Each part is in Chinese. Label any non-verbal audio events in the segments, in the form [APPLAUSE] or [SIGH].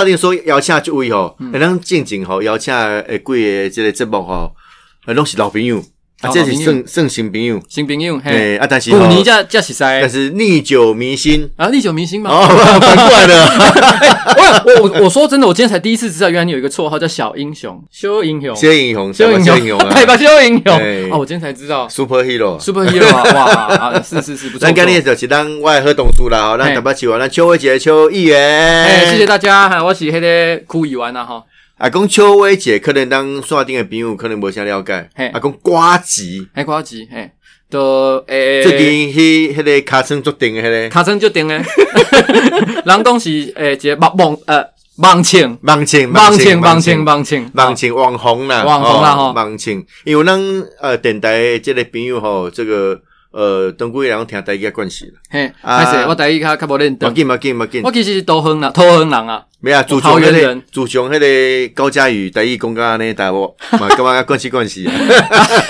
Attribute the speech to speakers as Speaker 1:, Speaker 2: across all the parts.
Speaker 1: 注定说邀请即位吼，
Speaker 2: 嗯
Speaker 1: 会咱进前吼邀请诶几个即个节目吼，呃拢是老朋友，啊，
Speaker 2: 哦
Speaker 1: 这是
Speaker 2: 老朋友
Speaker 1: 算算新朋友，
Speaker 2: 新朋友嘿，哦
Speaker 1: 诶，啊，但是
Speaker 2: 古
Speaker 1: 吼，
Speaker 2: 尼才才是塞
Speaker 1: 但，是历久弥
Speaker 2: [LAUGHS]
Speaker 1: 新，
Speaker 2: 啊，历久弥新嘛。
Speaker 1: 哦，反过来了，
Speaker 2: 我我 [LAUGHS] 我说真的，我今天才第一次知道，原来你有一个绰号叫小英雄，修英雄，
Speaker 1: [LAUGHS] 谢英雄，
Speaker 2: 修
Speaker 1: 谢英雄
Speaker 2: [LAUGHS]
Speaker 1: 啊
Speaker 2: 对吧？修英雄
Speaker 1: 对
Speaker 2: 啊，我今天才知道
Speaker 1: ，Super Hero。
Speaker 2: ，Super Hero 啊哇啊，是是是，不错。
Speaker 1: 咱
Speaker 2: 不错
Speaker 1: 今日就是咱我的好同事啦，吼，咱
Speaker 2: 嘿
Speaker 1: 台北市员咱邱伟杰邱议员，
Speaker 2: 哎，谢谢大家，哈我是迄个酷乙丸啊哈，
Speaker 1: 啊，讲邱伟杰可能当线顶的朋友可能无啥了解
Speaker 2: 嘿，
Speaker 1: 啊，讲瓜子，
Speaker 2: 还夸级嘿，都诶，
Speaker 1: 最近迄迄个尻川足定的迄个
Speaker 2: 卡森就定诶， [LAUGHS] 人讲是诶，一个网网呃网情
Speaker 1: 网青
Speaker 2: 网情网情网情
Speaker 1: 网青网红啦，
Speaker 2: 网红啦
Speaker 1: 哦
Speaker 2: 吼
Speaker 1: 网青，因为咱呃电台的这个朋友吼，这个呃当几个人听台语的关系啦，
Speaker 2: 嘿，
Speaker 1: 啊
Speaker 2: 还是我第一较较无认
Speaker 1: 要
Speaker 2: 得，
Speaker 1: 紧要紧要紧
Speaker 2: 我，其实是桃园人，桃园人啊，
Speaker 1: 没啊，自
Speaker 2: 桃
Speaker 1: 从
Speaker 2: 园
Speaker 1: 迄个
Speaker 2: 人
Speaker 1: 自从迄个高佳宇台语讲到安尼，大
Speaker 2: [LAUGHS]
Speaker 1: 我嘛感觉关系关系啊， [LAUGHS]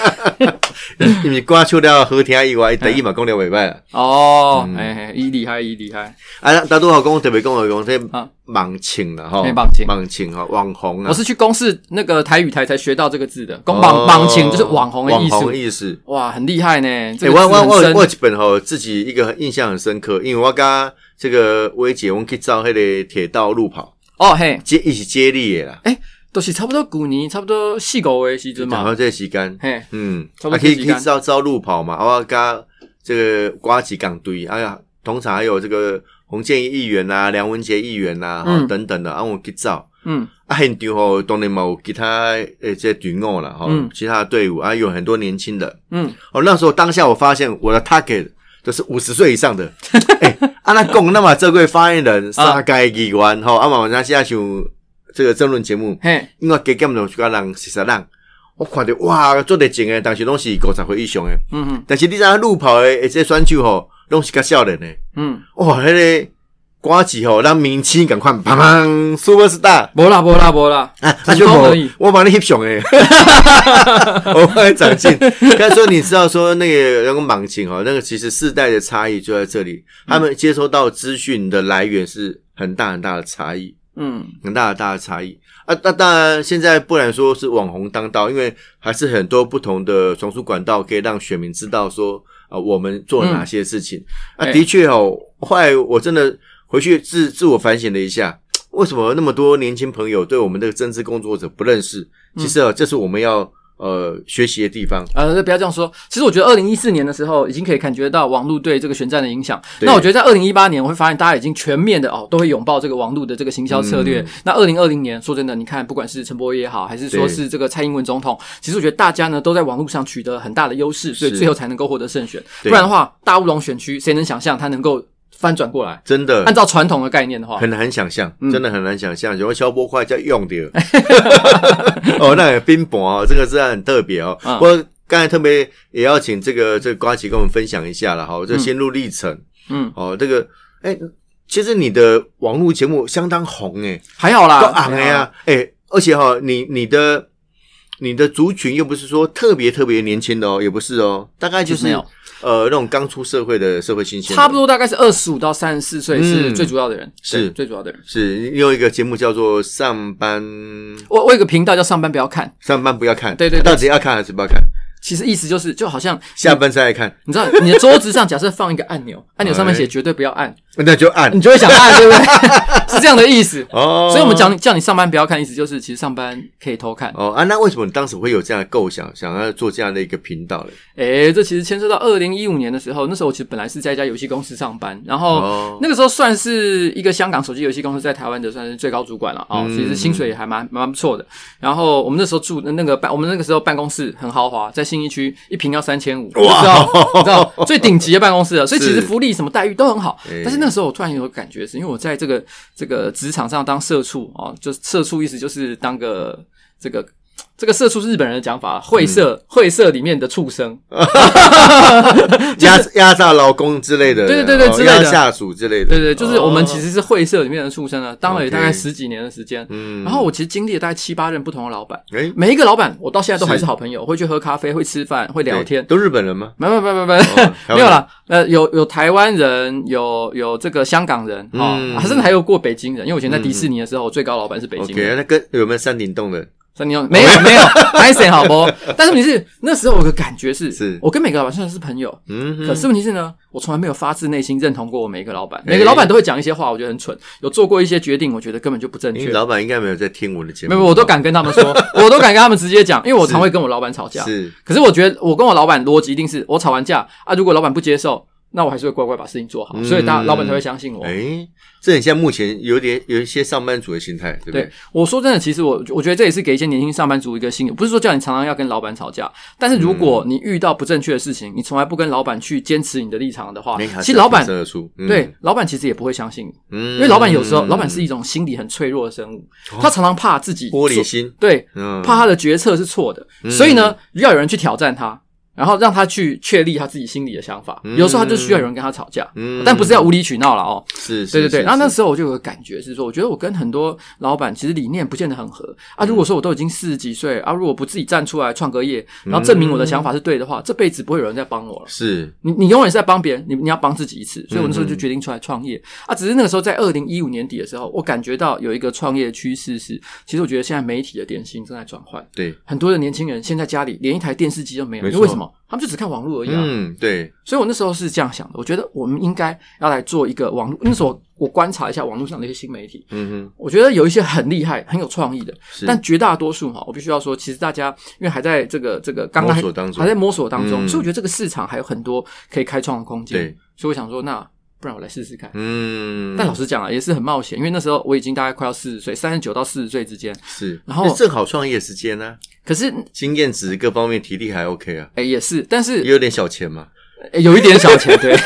Speaker 1: 因为歌唱了好听以外，台语嘛讲了袂歹啊。
Speaker 2: 哦，嘿嘿，伊厉害伊厉害。
Speaker 1: 啊，大拄好讲特别讲的讲
Speaker 2: 啊
Speaker 1: 这网青啦吼，
Speaker 2: 嘿网青
Speaker 1: 网青吼，网红啊，
Speaker 2: 我是去公视那个台语台才学到这个字的，公
Speaker 1: 哦
Speaker 2: 网网情就是网红的
Speaker 1: 网
Speaker 2: 意
Speaker 1: 红
Speaker 2: 思。
Speaker 1: 意思。
Speaker 2: 哇，很厉害呢！
Speaker 1: 哎、
Speaker 2: 这个
Speaker 1: 我我
Speaker 2: 字
Speaker 1: 我
Speaker 2: 很
Speaker 1: 我有
Speaker 2: 深
Speaker 1: 一本吼，自己一个印象很深刻，因为我甲这个薇姐，我们去照迄个铁道路跑，
Speaker 2: 哦嘿，
Speaker 1: 接一起接力的啦，
Speaker 2: 都是差不多古年，差不多四五的时阵
Speaker 1: 然
Speaker 2: 嘛。
Speaker 1: 后这个时间，
Speaker 2: 嘿，
Speaker 1: 嗯，
Speaker 2: 差不
Speaker 1: 啊
Speaker 2: 多
Speaker 1: 可以可
Speaker 2: 这时
Speaker 1: 以
Speaker 2: 间
Speaker 1: 照照路跑嘛，啊我甲这个瓜子港队，哎呀，通常还有这个洪建义议员啊、梁文杰议员啊，吼、
Speaker 2: 嗯
Speaker 1: 等等的，啊我们去照。
Speaker 2: 嗯，
Speaker 1: 啊，现场吼，当然嘛有其他诶，这些队伍啦，吼、
Speaker 2: 嗯
Speaker 1: 其他的队伍啊，有很多年轻人。
Speaker 2: 嗯，
Speaker 1: 哦，那时候当下我发现我的 target 都是五十岁以上的。哎、啊，那讲那么这位发言人沙该议员吼，啊嘛，我那现在想这个争论节目，
Speaker 2: 嘿，
Speaker 1: 因为加减拢是个人是实人，我看着哇，做得精诶，但是拢是五十岁以上诶，
Speaker 2: 嗯嗯
Speaker 1: 但是你知影路跑诶，这些选手吼，拢是较少年诶，
Speaker 2: 嗯，
Speaker 1: 哇，迄、个歌词吼，咱明星赶快砰砰 super star。
Speaker 2: 无啦无啦无啦，
Speaker 1: 啊，
Speaker 2: 成
Speaker 1: 就
Speaker 2: 功
Speaker 1: 我
Speaker 2: 而已
Speaker 1: 我帮你翕相诶， [LAUGHS] 我帮你长 [LAUGHS] 进。但是说你知道说那个那个盲情哦，那个其实世代的差异就在这里，他们接收到资讯的来源是很大很大的差异，
Speaker 2: 嗯
Speaker 1: 很大很大的差异。啊，那当然，现在不然说是网红当道，因为还是很多不同的传输管道可以让选民知道说啊、我们做了哪些事情。
Speaker 2: 哎
Speaker 1: 啊，的确哦，后来我真的回去自自我反省了一下，为什么那么多年轻朋友对我们这个政治工作者不认识？其实啊，这是我们要呃学习的地方。
Speaker 2: 呃，不要这样说。其实我觉得二零一四年的时候，已经可以感觉到网络对这个选战的影响。
Speaker 1: 对
Speaker 2: 那我觉得在二零一八年，我会发现大家已经全面的哦，都会拥抱这个网络的这个行销策略。
Speaker 1: 嗯
Speaker 2: 那二零二零年，说真的，你看，不管是陈波也好，还是说
Speaker 1: 对
Speaker 2: 是这个蔡英文总统，其实我觉得大家呢都在网络上取得很大的优势，所以
Speaker 1: 嗯是
Speaker 2: 最后才能够获得胜选。不
Speaker 1: 对
Speaker 2: 然的话，大乌龙选区谁能想象它能够翻转过来？
Speaker 1: 真的
Speaker 2: 按照传统的概念的话，
Speaker 1: 很难想象，
Speaker 2: 嗯
Speaker 1: 真的很难想象。有个消波块叫用的， [LAUGHS] 哦，那个冰雹哦，这个是很特别哦。
Speaker 2: 嗯
Speaker 1: 不过刚才特别也要请这个这个瓜奇跟我们分享一下了哈，这个
Speaker 2: 嗯
Speaker 1: 心路历程
Speaker 2: 嗯，
Speaker 1: 哦，这个哎，其实你的网络节目相当红哎，
Speaker 2: 还好啦，啊
Speaker 1: 都昂哎
Speaker 2: 还好啦
Speaker 1: 呀，哎，而且哈，你你的你的族群又不是说特别特别年轻的哦，也不是哦，大概就
Speaker 2: 没
Speaker 1: 是
Speaker 2: 有
Speaker 1: 呃那种刚出社会的社会新鲜人，
Speaker 2: 差不多大概是二十五到三十四岁是
Speaker 1: 嗯
Speaker 2: 最主要的人，
Speaker 1: 是
Speaker 2: 对最主要的人。
Speaker 1: 是你有一个节目叫做上班。
Speaker 2: 我我有个频道叫上班不要看，
Speaker 1: 上班不要看，
Speaker 2: 对对对
Speaker 1: 到底要看还是不要看？
Speaker 2: 其实意思就是就好像
Speaker 1: 下班再来看，
Speaker 2: 你知道你的桌子上假设放一个按钮，按钮上面写绝对不要按，
Speaker 1: 那就按
Speaker 2: 你就会想按，对不对？ [LAUGHS] 是这样的意思。
Speaker 1: 哦。
Speaker 2: 所以我们讲叫你上班不要看，意思就是其实上班可以偷看。
Speaker 1: 哦啊，那为什么你当时会有这样的构想，想要做这样的一个频道嘞？
Speaker 2: 诶，这其实牵涉到二零一五年的时候，那时候我其实本来是在一家游戏公司上班，然后
Speaker 1: 哦，
Speaker 2: 那个时候算是一个香港手机游戏公司在台湾的算是最高主管了哦，
Speaker 1: 嗯
Speaker 2: 其实薪水也还蛮蛮不错的。然后我们那时候住的那个办，我们那个时候办公室很豪华，在信义区一平要三千五，你知道你知道最顶级的办公室
Speaker 1: [LAUGHS]
Speaker 2: 了，所以其
Speaker 1: 是
Speaker 2: 实福利什么待遇都很好
Speaker 1: 哎。
Speaker 2: 但是那个时候我突然有个感觉是，因为我在这个这个职场上当社畜哦，就是社畜意思就是当个这个这个社畜是日本人的讲法，会
Speaker 1: 嗯
Speaker 2: 社、会社里面的畜生，
Speaker 1: 压压榨劳工之类的，
Speaker 2: 对对对对
Speaker 1: 哦
Speaker 2: 之类
Speaker 1: 压
Speaker 2: 的
Speaker 1: 下属之类的，
Speaker 2: 对对，就是我们其
Speaker 1: 哦，
Speaker 2: 实是会社里面的畜生啊，当了也大概
Speaker 1: OK
Speaker 2: 十几年的时间。
Speaker 1: 嗯
Speaker 2: 然后我其实经历了大概七八任不同的老板，
Speaker 1: 哎，
Speaker 2: 每一个老板我到现在都还是
Speaker 1: 是
Speaker 2: 好朋友，会去喝咖啡，会吃饭，会聊
Speaker 1: 对哦
Speaker 2: 天。
Speaker 1: 都日本人吗？
Speaker 2: 没有没有没有没
Speaker 1: 台
Speaker 2: [LAUGHS]
Speaker 1: 湾
Speaker 2: 有没有啦，呃，有有台湾人，有有这个香港人哦
Speaker 1: 嗯
Speaker 2: 啊，甚至还有过北京人，因为我以前在迪士尼的时候，我最高老板是北京
Speaker 1: OK，
Speaker 2: 人。
Speaker 1: 那跟有没有山顶洞的？
Speaker 2: 三零没有
Speaker 1: [LAUGHS]
Speaker 2: 没有 n i c e 好不？但是你是那时候我的感觉是，
Speaker 1: 是
Speaker 2: 我跟每个老板虽然是朋友，
Speaker 1: 嗯哼，
Speaker 2: 可是问题是呢，我从来没有发自内心认同过我每一个老板，
Speaker 1: 哎
Speaker 2: 每个老板都会讲一些话，我觉得很蠢，有做过一些决定，我觉得根本就不正
Speaker 1: 因
Speaker 2: 确
Speaker 1: 为。老板应该没有在听我的节目，
Speaker 2: 没有，我都敢跟他们
Speaker 1: [LAUGHS]
Speaker 2: 说，我都敢跟他们直接讲，因为我常会跟我老板吵架。
Speaker 1: 是
Speaker 2: 可是我觉得我跟我老板逻辑一定是我吵完架啊，如果老板不接受，那我还是会乖乖把事情做好，
Speaker 1: 嗯
Speaker 2: 所以大家老板才会相信我。
Speaker 1: 哎，这很像目前有点有一些上班族的心态，对不
Speaker 2: 对
Speaker 1: 对？，
Speaker 2: 我说真的，其实我我觉得这也是给一些年轻上班族一个心理，不是说叫你常常要跟老板吵架，但是如
Speaker 1: 嗯
Speaker 2: 果你遇到不正确的事情，你从来不跟老板去坚持你的立场的话
Speaker 1: 没卡，
Speaker 2: 其实老板
Speaker 1: 是很生得出，嗯，
Speaker 2: 对老板其实也不会相信你，
Speaker 1: 嗯哦
Speaker 2: 因为老板有时候老板是一种心理很脆弱的生物，他常常怕自己
Speaker 1: 玻璃
Speaker 2: 做
Speaker 1: 心，
Speaker 2: 对，
Speaker 1: 嗯，
Speaker 2: 怕他的决策是错的，所以呢，要有人去挑战他，然后让他去确立他自己心里的想法。
Speaker 1: 嗯
Speaker 2: 有时候他就需要有人跟他吵架，
Speaker 1: 嗯
Speaker 2: 但不是要无理取闹了哦。
Speaker 1: 是，是
Speaker 2: 对对对，
Speaker 1: 是
Speaker 2: 然后那
Speaker 1: 是
Speaker 2: 时候我就有个感觉是说，我觉得我跟很多老板其实理念不见得很合
Speaker 1: 嗯
Speaker 2: 啊。如果说我都已经四十几岁啊，如果不自己站出来创个业，
Speaker 1: 嗯
Speaker 2: 然后证明我的想法是对的话，这辈子不会有人再帮我了。
Speaker 1: 是
Speaker 2: 你你永远是在帮别人，你你要帮自己一次，所以我那时
Speaker 1: 嗯
Speaker 2: 候就决定出来创业、啊。只是那个时候在二零一五年底的时候，我感觉到有一个创业趋势是，其实我觉得现在媒体的点心正在转换，
Speaker 1: 对，
Speaker 2: 很多的年轻人现在家里连一台电视机都没有，
Speaker 1: 没
Speaker 2: 因
Speaker 1: 错
Speaker 2: 为为什么？他们就只看网络而已啊。
Speaker 1: 嗯，对，
Speaker 2: 所以我那时候是这样想的，我觉得我们应该要来做一个网络。那时候我观察一下网络上的一些新媒体，
Speaker 1: 嗯哼，
Speaker 2: 我觉得有一些很厉害、很有创意的，
Speaker 1: 是，
Speaker 2: 但绝大多数哈，我必须要说，其实大家因为还在这个这个刚刚
Speaker 1: 摸索当中
Speaker 2: 还在摸索当中，
Speaker 1: 嗯
Speaker 2: 所以我觉得这个市场还有很多可以开创的空间
Speaker 1: 对。
Speaker 2: 所以我想说，那不然我来试试看。
Speaker 1: 嗯，
Speaker 2: 但老实讲啊，也是很冒险，因为那时候我已经大概快要四十岁，三十九到四十岁之间。
Speaker 1: 是，
Speaker 2: 然后
Speaker 1: 那正好创业时间呢，
Speaker 2: 可是，
Speaker 1: 经验值各方面体力还 OK 啊，
Speaker 2: 哎、也是，但
Speaker 1: 也
Speaker 2: 是、
Speaker 1: 有点小钱嘛，
Speaker 2: 哎有一点小钱，
Speaker 1: [LAUGHS]
Speaker 2: 对， [LAUGHS]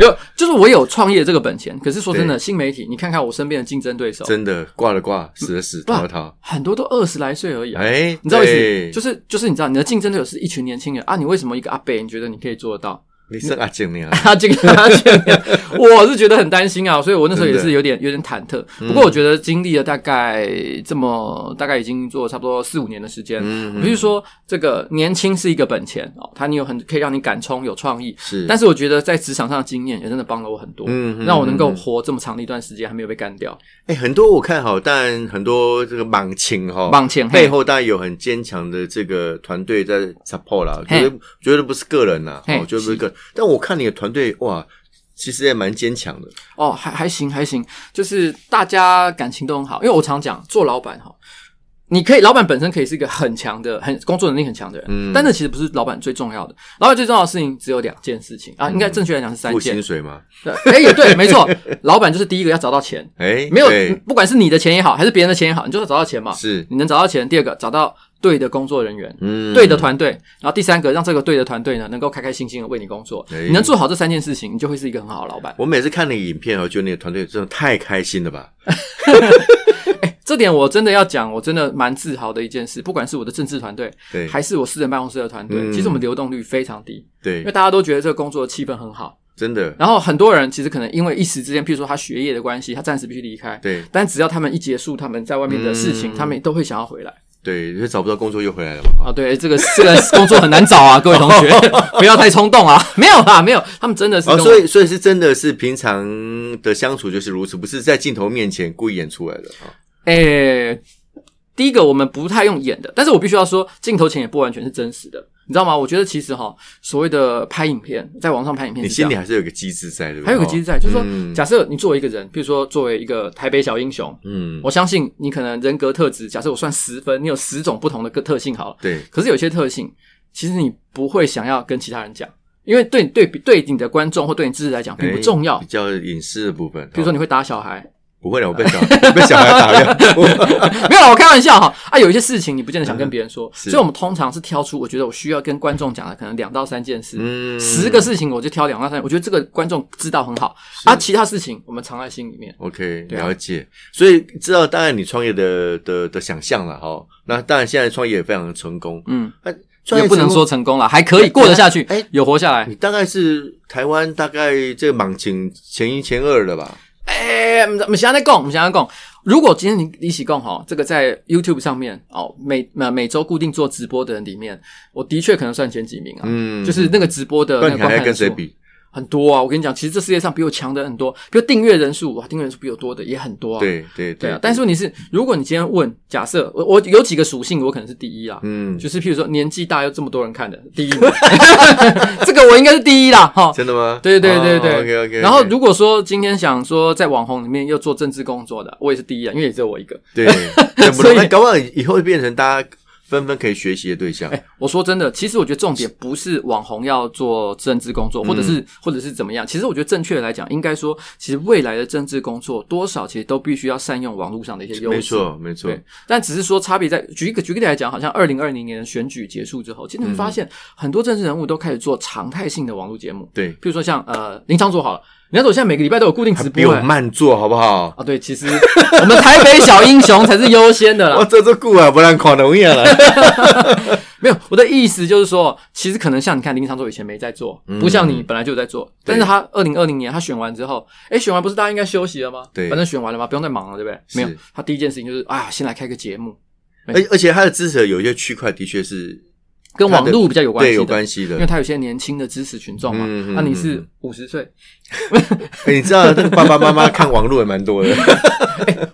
Speaker 2: 有就是我有创业这个本钱。可是说真的，新媒体，你看看我身边的竞争对手，
Speaker 1: 真的挂了挂，死了死，
Speaker 2: 不
Speaker 1: 逃了逃，
Speaker 2: 很多都二十来岁而已、啊。
Speaker 1: 哎，
Speaker 2: 你知道意思
Speaker 1: 对
Speaker 2: 就是就是你知道你的竞争对手是一群年轻人啊，你为什么一个阿伯你觉得你可以做得到？
Speaker 1: 你是阿静啊
Speaker 2: [LAUGHS]
Speaker 1: 那样，
Speaker 2: 他这个他这个，我是觉得很担心啊，所以我那时候也
Speaker 1: 真
Speaker 2: 是
Speaker 1: 的
Speaker 2: 有点有点忐忑。
Speaker 1: 嗯
Speaker 2: 不过我觉得经历了大概这么大概已经做了差不多四五年的时间，
Speaker 1: 嗯
Speaker 2: 比如说这个年轻是一个本钱哦，他你有很可以让你敢冲有创意，
Speaker 1: 是，
Speaker 2: 但
Speaker 1: 是
Speaker 2: 是我觉得在职场上的经验也真的帮了我很多，
Speaker 1: 嗯
Speaker 2: 让我能够
Speaker 1: 嗯嗯
Speaker 2: 活这么长的一段时间还没有被干掉，
Speaker 1: 哎，很多我看好，但很多这个莽情哈，
Speaker 2: 往前
Speaker 1: 背后当然有很坚强的这个团队在 support 啦，
Speaker 2: 嘿
Speaker 1: 绝对绝对不是个人呐，
Speaker 2: 嘿
Speaker 1: 哦，绝对不是个人。但我看你的团队哇，其实也蛮坚强的，
Speaker 2: 哦，还还行还行，就是大家感情都很好，因为我常讲做老板哈。你可以，老板本身可以是一个很强的、很工作能力很强的人，
Speaker 1: 嗯
Speaker 2: 但那其实不是老板最重要的。老板最重要的事情只有两件事情啊，应该正确来讲是三
Speaker 1: 嗯付
Speaker 2: 件
Speaker 1: 薪。水嘛，
Speaker 2: 对哎、也对，没错，老板就是第一个要找到钱，
Speaker 1: 哎，
Speaker 2: 没有嗯啊
Speaker 1: 对
Speaker 2: 不管是你的钱也好，还是别人的钱也好，你就是要找到钱嘛。
Speaker 1: 是，
Speaker 2: 你能找到钱，第二个找到对的工作人员，
Speaker 1: 嗯，
Speaker 2: 对的团队，然后第三个让这个对的团队呢能够开开心心的为你工作。
Speaker 1: 哎
Speaker 2: 你能做好这三件事情，你就会是一个很好的老板。
Speaker 1: 我每次看你影片哦，我觉得你的团队真的太开心了吧？
Speaker 2: 这点我真的要讲，我真的蛮自豪的一件事。不管是我的政治团队，
Speaker 1: 对，
Speaker 2: 还是我私人办公室的团队，
Speaker 1: 嗯
Speaker 2: 其实我们流动率非常低，因为
Speaker 1: 对，
Speaker 2: 大家都觉得这个工作的气氛很好。
Speaker 1: 真的，
Speaker 2: 然后很多人其实可能因为一时之间，譬如说他学业的关系，他暂时必须离开。
Speaker 1: 对
Speaker 2: 但只要他们一结束他们在外面的事情，
Speaker 1: 嗯
Speaker 2: 他们都会想要回来。
Speaker 1: 对，就找不到工作又回来了嘛。
Speaker 2: 啊，对，这个这个工作很难找啊，各位同学，
Speaker 1: [LAUGHS]
Speaker 2: 不要太冲动啊！没有啦，没有，他们真的是
Speaker 1: 哦，
Speaker 2: 跟我、
Speaker 1: 所以所以是真的是平常的相处就是如此，不是在镜头面前故意演出来的啊。
Speaker 2: 诶、第一个我们不太用演的，但是我必须要说，镜头前也不完全是真实的，你知道吗？我觉得其实哈，所谓的拍影片，在网上拍影片
Speaker 1: 你
Speaker 2: 是
Speaker 1: 心
Speaker 2: 这样
Speaker 1: 里。还是有个机制在，对不对？
Speaker 2: 还有个机制在，就是说，
Speaker 1: 嗯
Speaker 2: 假设你作为一个人，比如说作为一个台北小英雄，
Speaker 1: 嗯，
Speaker 2: 我相信你可能人格特质，假设我算十分，你有十种不同的个特性好了。
Speaker 1: 对，
Speaker 2: 可是有些特性，其实你不会想要跟其他人讲，因为对对对你的观众或对你自己来讲并不
Speaker 1: 哎
Speaker 2: 重要。
Speaker 1: 比较隐私的部分。
Speaker 2: 比如说
Speaker 1: 哦
Speaker 2: 你会打小孩，
Speaker 1: 不会了，我
Speaker 2: [LAUGHS]
Speaker 1: 被小被小孩打掉。我
Speaker 2: 没有啦，我开玩笑哈。啊，有一些事情你不见得想跟别人说，
Speaker 1: 嗯是
Speaker 2: 所以我们通常是挑出我觉得我需要跟观众讲的，可能两到三件事，
Speaker 1: 嗯
Speaker 2: 十个事情我就挑两到三，我觉得这个观众知道很好
Speaker 1: 是
Speaker 2: 啊，其他事情我们藏在心里面。
Speaker 1: OK，
Speaker 2: 对啊
Speaker 1: 了解。所以知道当然你创业的的的想象了哈。那当然现在创业也非常成功，
Speaker 2: 嗯，
Speaker 1: 那创
Speaker 2: 也
Speaker 1: 业
Speaker 2: 不能
Speaker 1: 成功
Speaker 2: 说成功了，还可以过得下去，
Speaker 1: 哎
Speaker 2: 有活下来
Speaker 1: 你。大概是台湾大概这个盲井前一前二了吧？
Speaker 2: 哎，我们现在讲，我们现在讲。如果今天你一起讲哈，这个在 YouTube 上面哦，每呃每周固定做直播的人里面，我的确可能算前几名啊。
Speaker 1: 嗯，
Speaker 2: 就是那个直播的
Speaker 1: 不
Speaker 2: 那
Speaker 1: 然你
Speaker 2: 个
Speaker 1: 还
Speaker 2: 观
Speaker 1: 在
Speaker 2: 看
Speaker 1: 跟
Speaker 2: 人
Speaker 1: 谁
Speaker 2: 数
Speaker 1: 比？
Speaker 2: 很多啊！我跟你讲，其实这世界上比我强的很多，比如订阅人数哇，订阅人数比我多的也很多啊。
Speaker 1: 对对
Speaker 2: 对啊，但是问题是，如果你今天问，假设我我有几个属性，我可能是第一啦。
Speaker 1: 嗯，
Speaker 2: 就是譬如说年纪大又这么多人看的第一名， [LAUGHS] 这个我应该是第一啦
Speaker 1: [LAUGHS]
Speaker 2: 哈。
Speaker 1: 真的吗？
Speaker 2: 对对对对
Speaker 1: OK OK。
Speaker 2: 然后如果说今天想说在网红里面又做政治工作的，我也是第一啊，因为也只有我一个。 [LAUGHS]
Speaker 1: 对，很不容易
Speaker 2: 所以
Speaker 1: 那搞不好以后变成大家纷纷可以学习的对
Speaker 2: [LAUGHS]
Speaker 1: 象
Speaker 2: 哎、。我说真的，其实我觉得重点不是网红要做政治工作，或者
Speaker 1: 嗯
Speaker 2: 是、或者是怎么样。其实我觉得正确的来讲，应该说，其实未来的政治工作多少其实都必须要善用网络上的一些优势。
Speaker 1: 没错没错，
Speaker 2: 对，但只是说差别在，举一个举个例来讲，好像二零二零年的选举结束之后，其实你
Speaker 1: 嗯
Speaker 2: 会发现很多政治人物都开始做常态性的网络节目，
Speaker 1: 对，
Speaker 2: 譬如说像呃林长佐好了，林长佐现在每个礼拜都有固定直
Speaker 1: 比
Speaker 2: 播、
Speaker 1: 我
Speaker 2: 欸。
Speaker 1: 慢做好不好？
Speaker 2: 啊，对，其实我们台北小英雄才是优先的啦
Speaker 1: 我。这这顾啊，不然看容易
Speaker 2: [LAUGHS]
Speaker 1: 了。
Speaker 2: 没有，我的意思就是说，其实可能像你看林长佐以前没在做，
Speaker 1: 嗯
Speaker 2: 不像你本来就有在做，但是他二零二零年他选完之后，哎，选完不是大家应该休息了吗？
Speaker 1: 对
Speaker 2: 反正选完了嘛，不用再忙了，对不对？
Speaker 1: 是
Speaker 2: 没有，他第一件事情就是啊，先来开个节目，
Speaker 1: 而而且他的支持有一些区块的确是
Speaker 2: 跟网络比较有关系
Speaker 1: 对
Speaker 2: 的，
Speaker 1: 有关系
Speaker 2: 因为
Speaker 1: 的。
Speaker 2: 他有些年轻的支持群众嘛，那、
Speaker 1: 嗯嗯
Speaker 2: 你是五十岁，
Speaker 1: 哎你知道那个爸爸妈妈看网络也蛮
Speaker 2: [LAUGHS]
Speaker 1: 多的，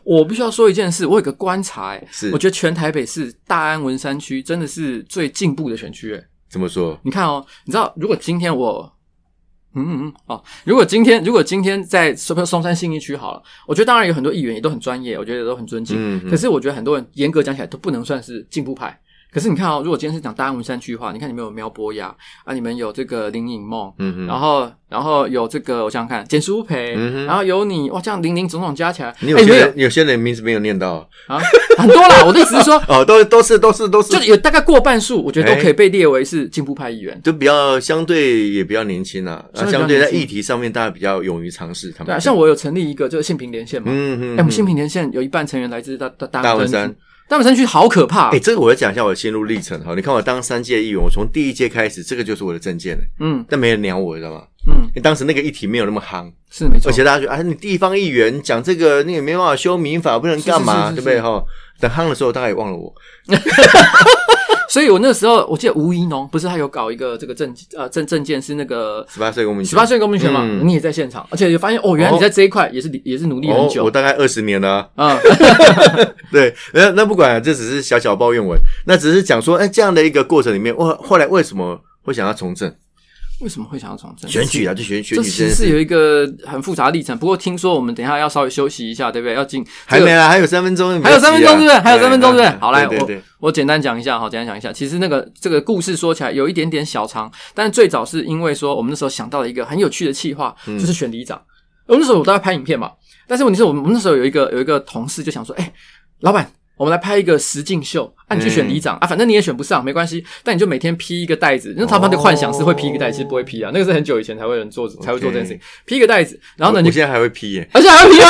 Speaker 2: 我必须要说一件事，我有个观察、欸，
Speaker 1: 是
Speaker 2: 我觉得全台北市大安文山区真的是最进步的选区、欸，
Speaker 1: 怎么说？
Speaker 2: 你看哦，你知道，如果今天我，嗯嗯嗯，哦，如果今天如果今天在松松山信义区好了，我觉得当然有很多议员也都很专业，我觉得也都很尊敬。
Speaker 1: 嗯嗯
Speaker 2: 可是我觉得很多人严格讲起来都不能算是进步派。可是你看哦，如果今天是讲大安文山区的话，你看你们有苗博雅啊，你们有这个林颖梦，
Speaker 1: 嗯哼
Speaker 2: 然后然后有这个我想想看简书培，
Speaker 1: 嗯哼
Speaker 2: 然后有你哇，这样零零总总加起来，
Speaker 1: 你有
Speaker 2: 哎
Speaker 1: 些
Speaker 2: 没有
Speaker 1: 人有些人名字没有念到
Speaker 2: 啊，很多啦。我的意思是说，
Speaker 1: 哦，都都是都是都，
Speaker 2: 就是有大概过半数，我觉得
Speaker 1: 哎
Speaker 2: 都可以被列为是进步派议员。
Speaker 1: 就比较相对也比较年轻啊，啊
Speaker 2: 相
Speaker 1: 相
Speaker 2: 对比较
Speaker 1: 对
Speaker 2: 年轻
Speaker 1: 在议题上面大家比较勇于尝试。他们
Speaker 2: 对啊，像我有成立一个就是性平连线嘛，
Speaker 1: 嗯嗯，
Speaker 2: 哎、我们新啊
Speaker 1: 嗯
Speaker 2: 平连线有一半成员来自大大
Speaker 1: 大
Speaker 2: 大
Speaker 1: 文
Speaker 2: 文
Speaker 1: 山
Speaker 2: 山区，大文山区好可怕、
Speaker 1: 哎、这个我要讲一下我的心路历程哈。你看我当三届议员，我从第一届开始，这个就是我的证件了，
Speaker 2: 嗯
Speaker 1: 但没人鸟我，你知道吗？
Speaker 2: 嗯，
Speaker 1: 因为当时那个议题没有那么夯，
Speaker 2: 是没错
Speaker 1: 而。且大家觉得啊，你地方议员讲这个，你也没办法修民法，不能干嘛，
Speaker 2: 是是是是
Speaker 1: 对不对哈？等夯的时候，大家也忘了我。
Speaker 2: 所以我那时候我记得吴怡农不是他有搞一个这个证呃证证件是那个
Speaker 1: 十八岁公民权，
Speaker 2: 十八岁公民权嘛，
Speaker 1: 嗯
Speaker 2: 你也在现场，而且就发现哦，原来你在这一块也是、也是努力很
Speaker 1: 哦，
Speaker 2: 久
Speaker 1: 我大概二十年了啊、 [LAUGHS]
Speaker 2: 啊、
Speaker 1: 对，那那不管、这只是小小抱怨文，那只是讲说，哎，这样的一个过程里面，我后来为什么会想要从政
Speaker 2: [LAUGHS] 为什么会想要从政
Speaker 1: 选举啊？就选选
Speaker 2: 这
Speaker 1: 举
Speaker 2: 其
Speaker 1: 真的
Speaker 2: 实是
Speaker 1: 是
Speaker 2: 有一个很复杂的历程，不过听说我们等一下要稍微休息一下，对不对？要进
Speaker 1: 还没啦，还有三分钟，
Speaker 2: 啊还有三分钟，对不对？还有三分钟，对不
Speaker 1: 哎
Speaker 2: 对？好，来，
Speaker 1: 对对
Speaker 2: 我我简单讲一下，哈，简单讲一下。其实那个这个故事说起来有一点点小长，但是最早是因为说我们那时候想到了一个很有趣的计划，
Speaker 1: 嗯
Speaker 2: 就是选里长。我们那时候我都在拍影片嘛，但是问题是我们我们那时候有一个有一个同事就想说，哎、老板。我们来拍一个实境秀，啊，你去选里
Speaker 1: 嗯
Speaker 2: 长、啊，反正你也选不上，没关系。但你就每天披一个袋子，那他们的幻想是会披一个袋子，其实不会披啊，那个是很久以前才会有人做，才会做这
Speaker 1: 哦
Speaker 2: 件事情。披一个袋子，然后呢，
Speaker 1: 我
Speaker 2: 你
Speaker 1: 我现在还会批耶、
Speaker 2: 而且还要皮啊！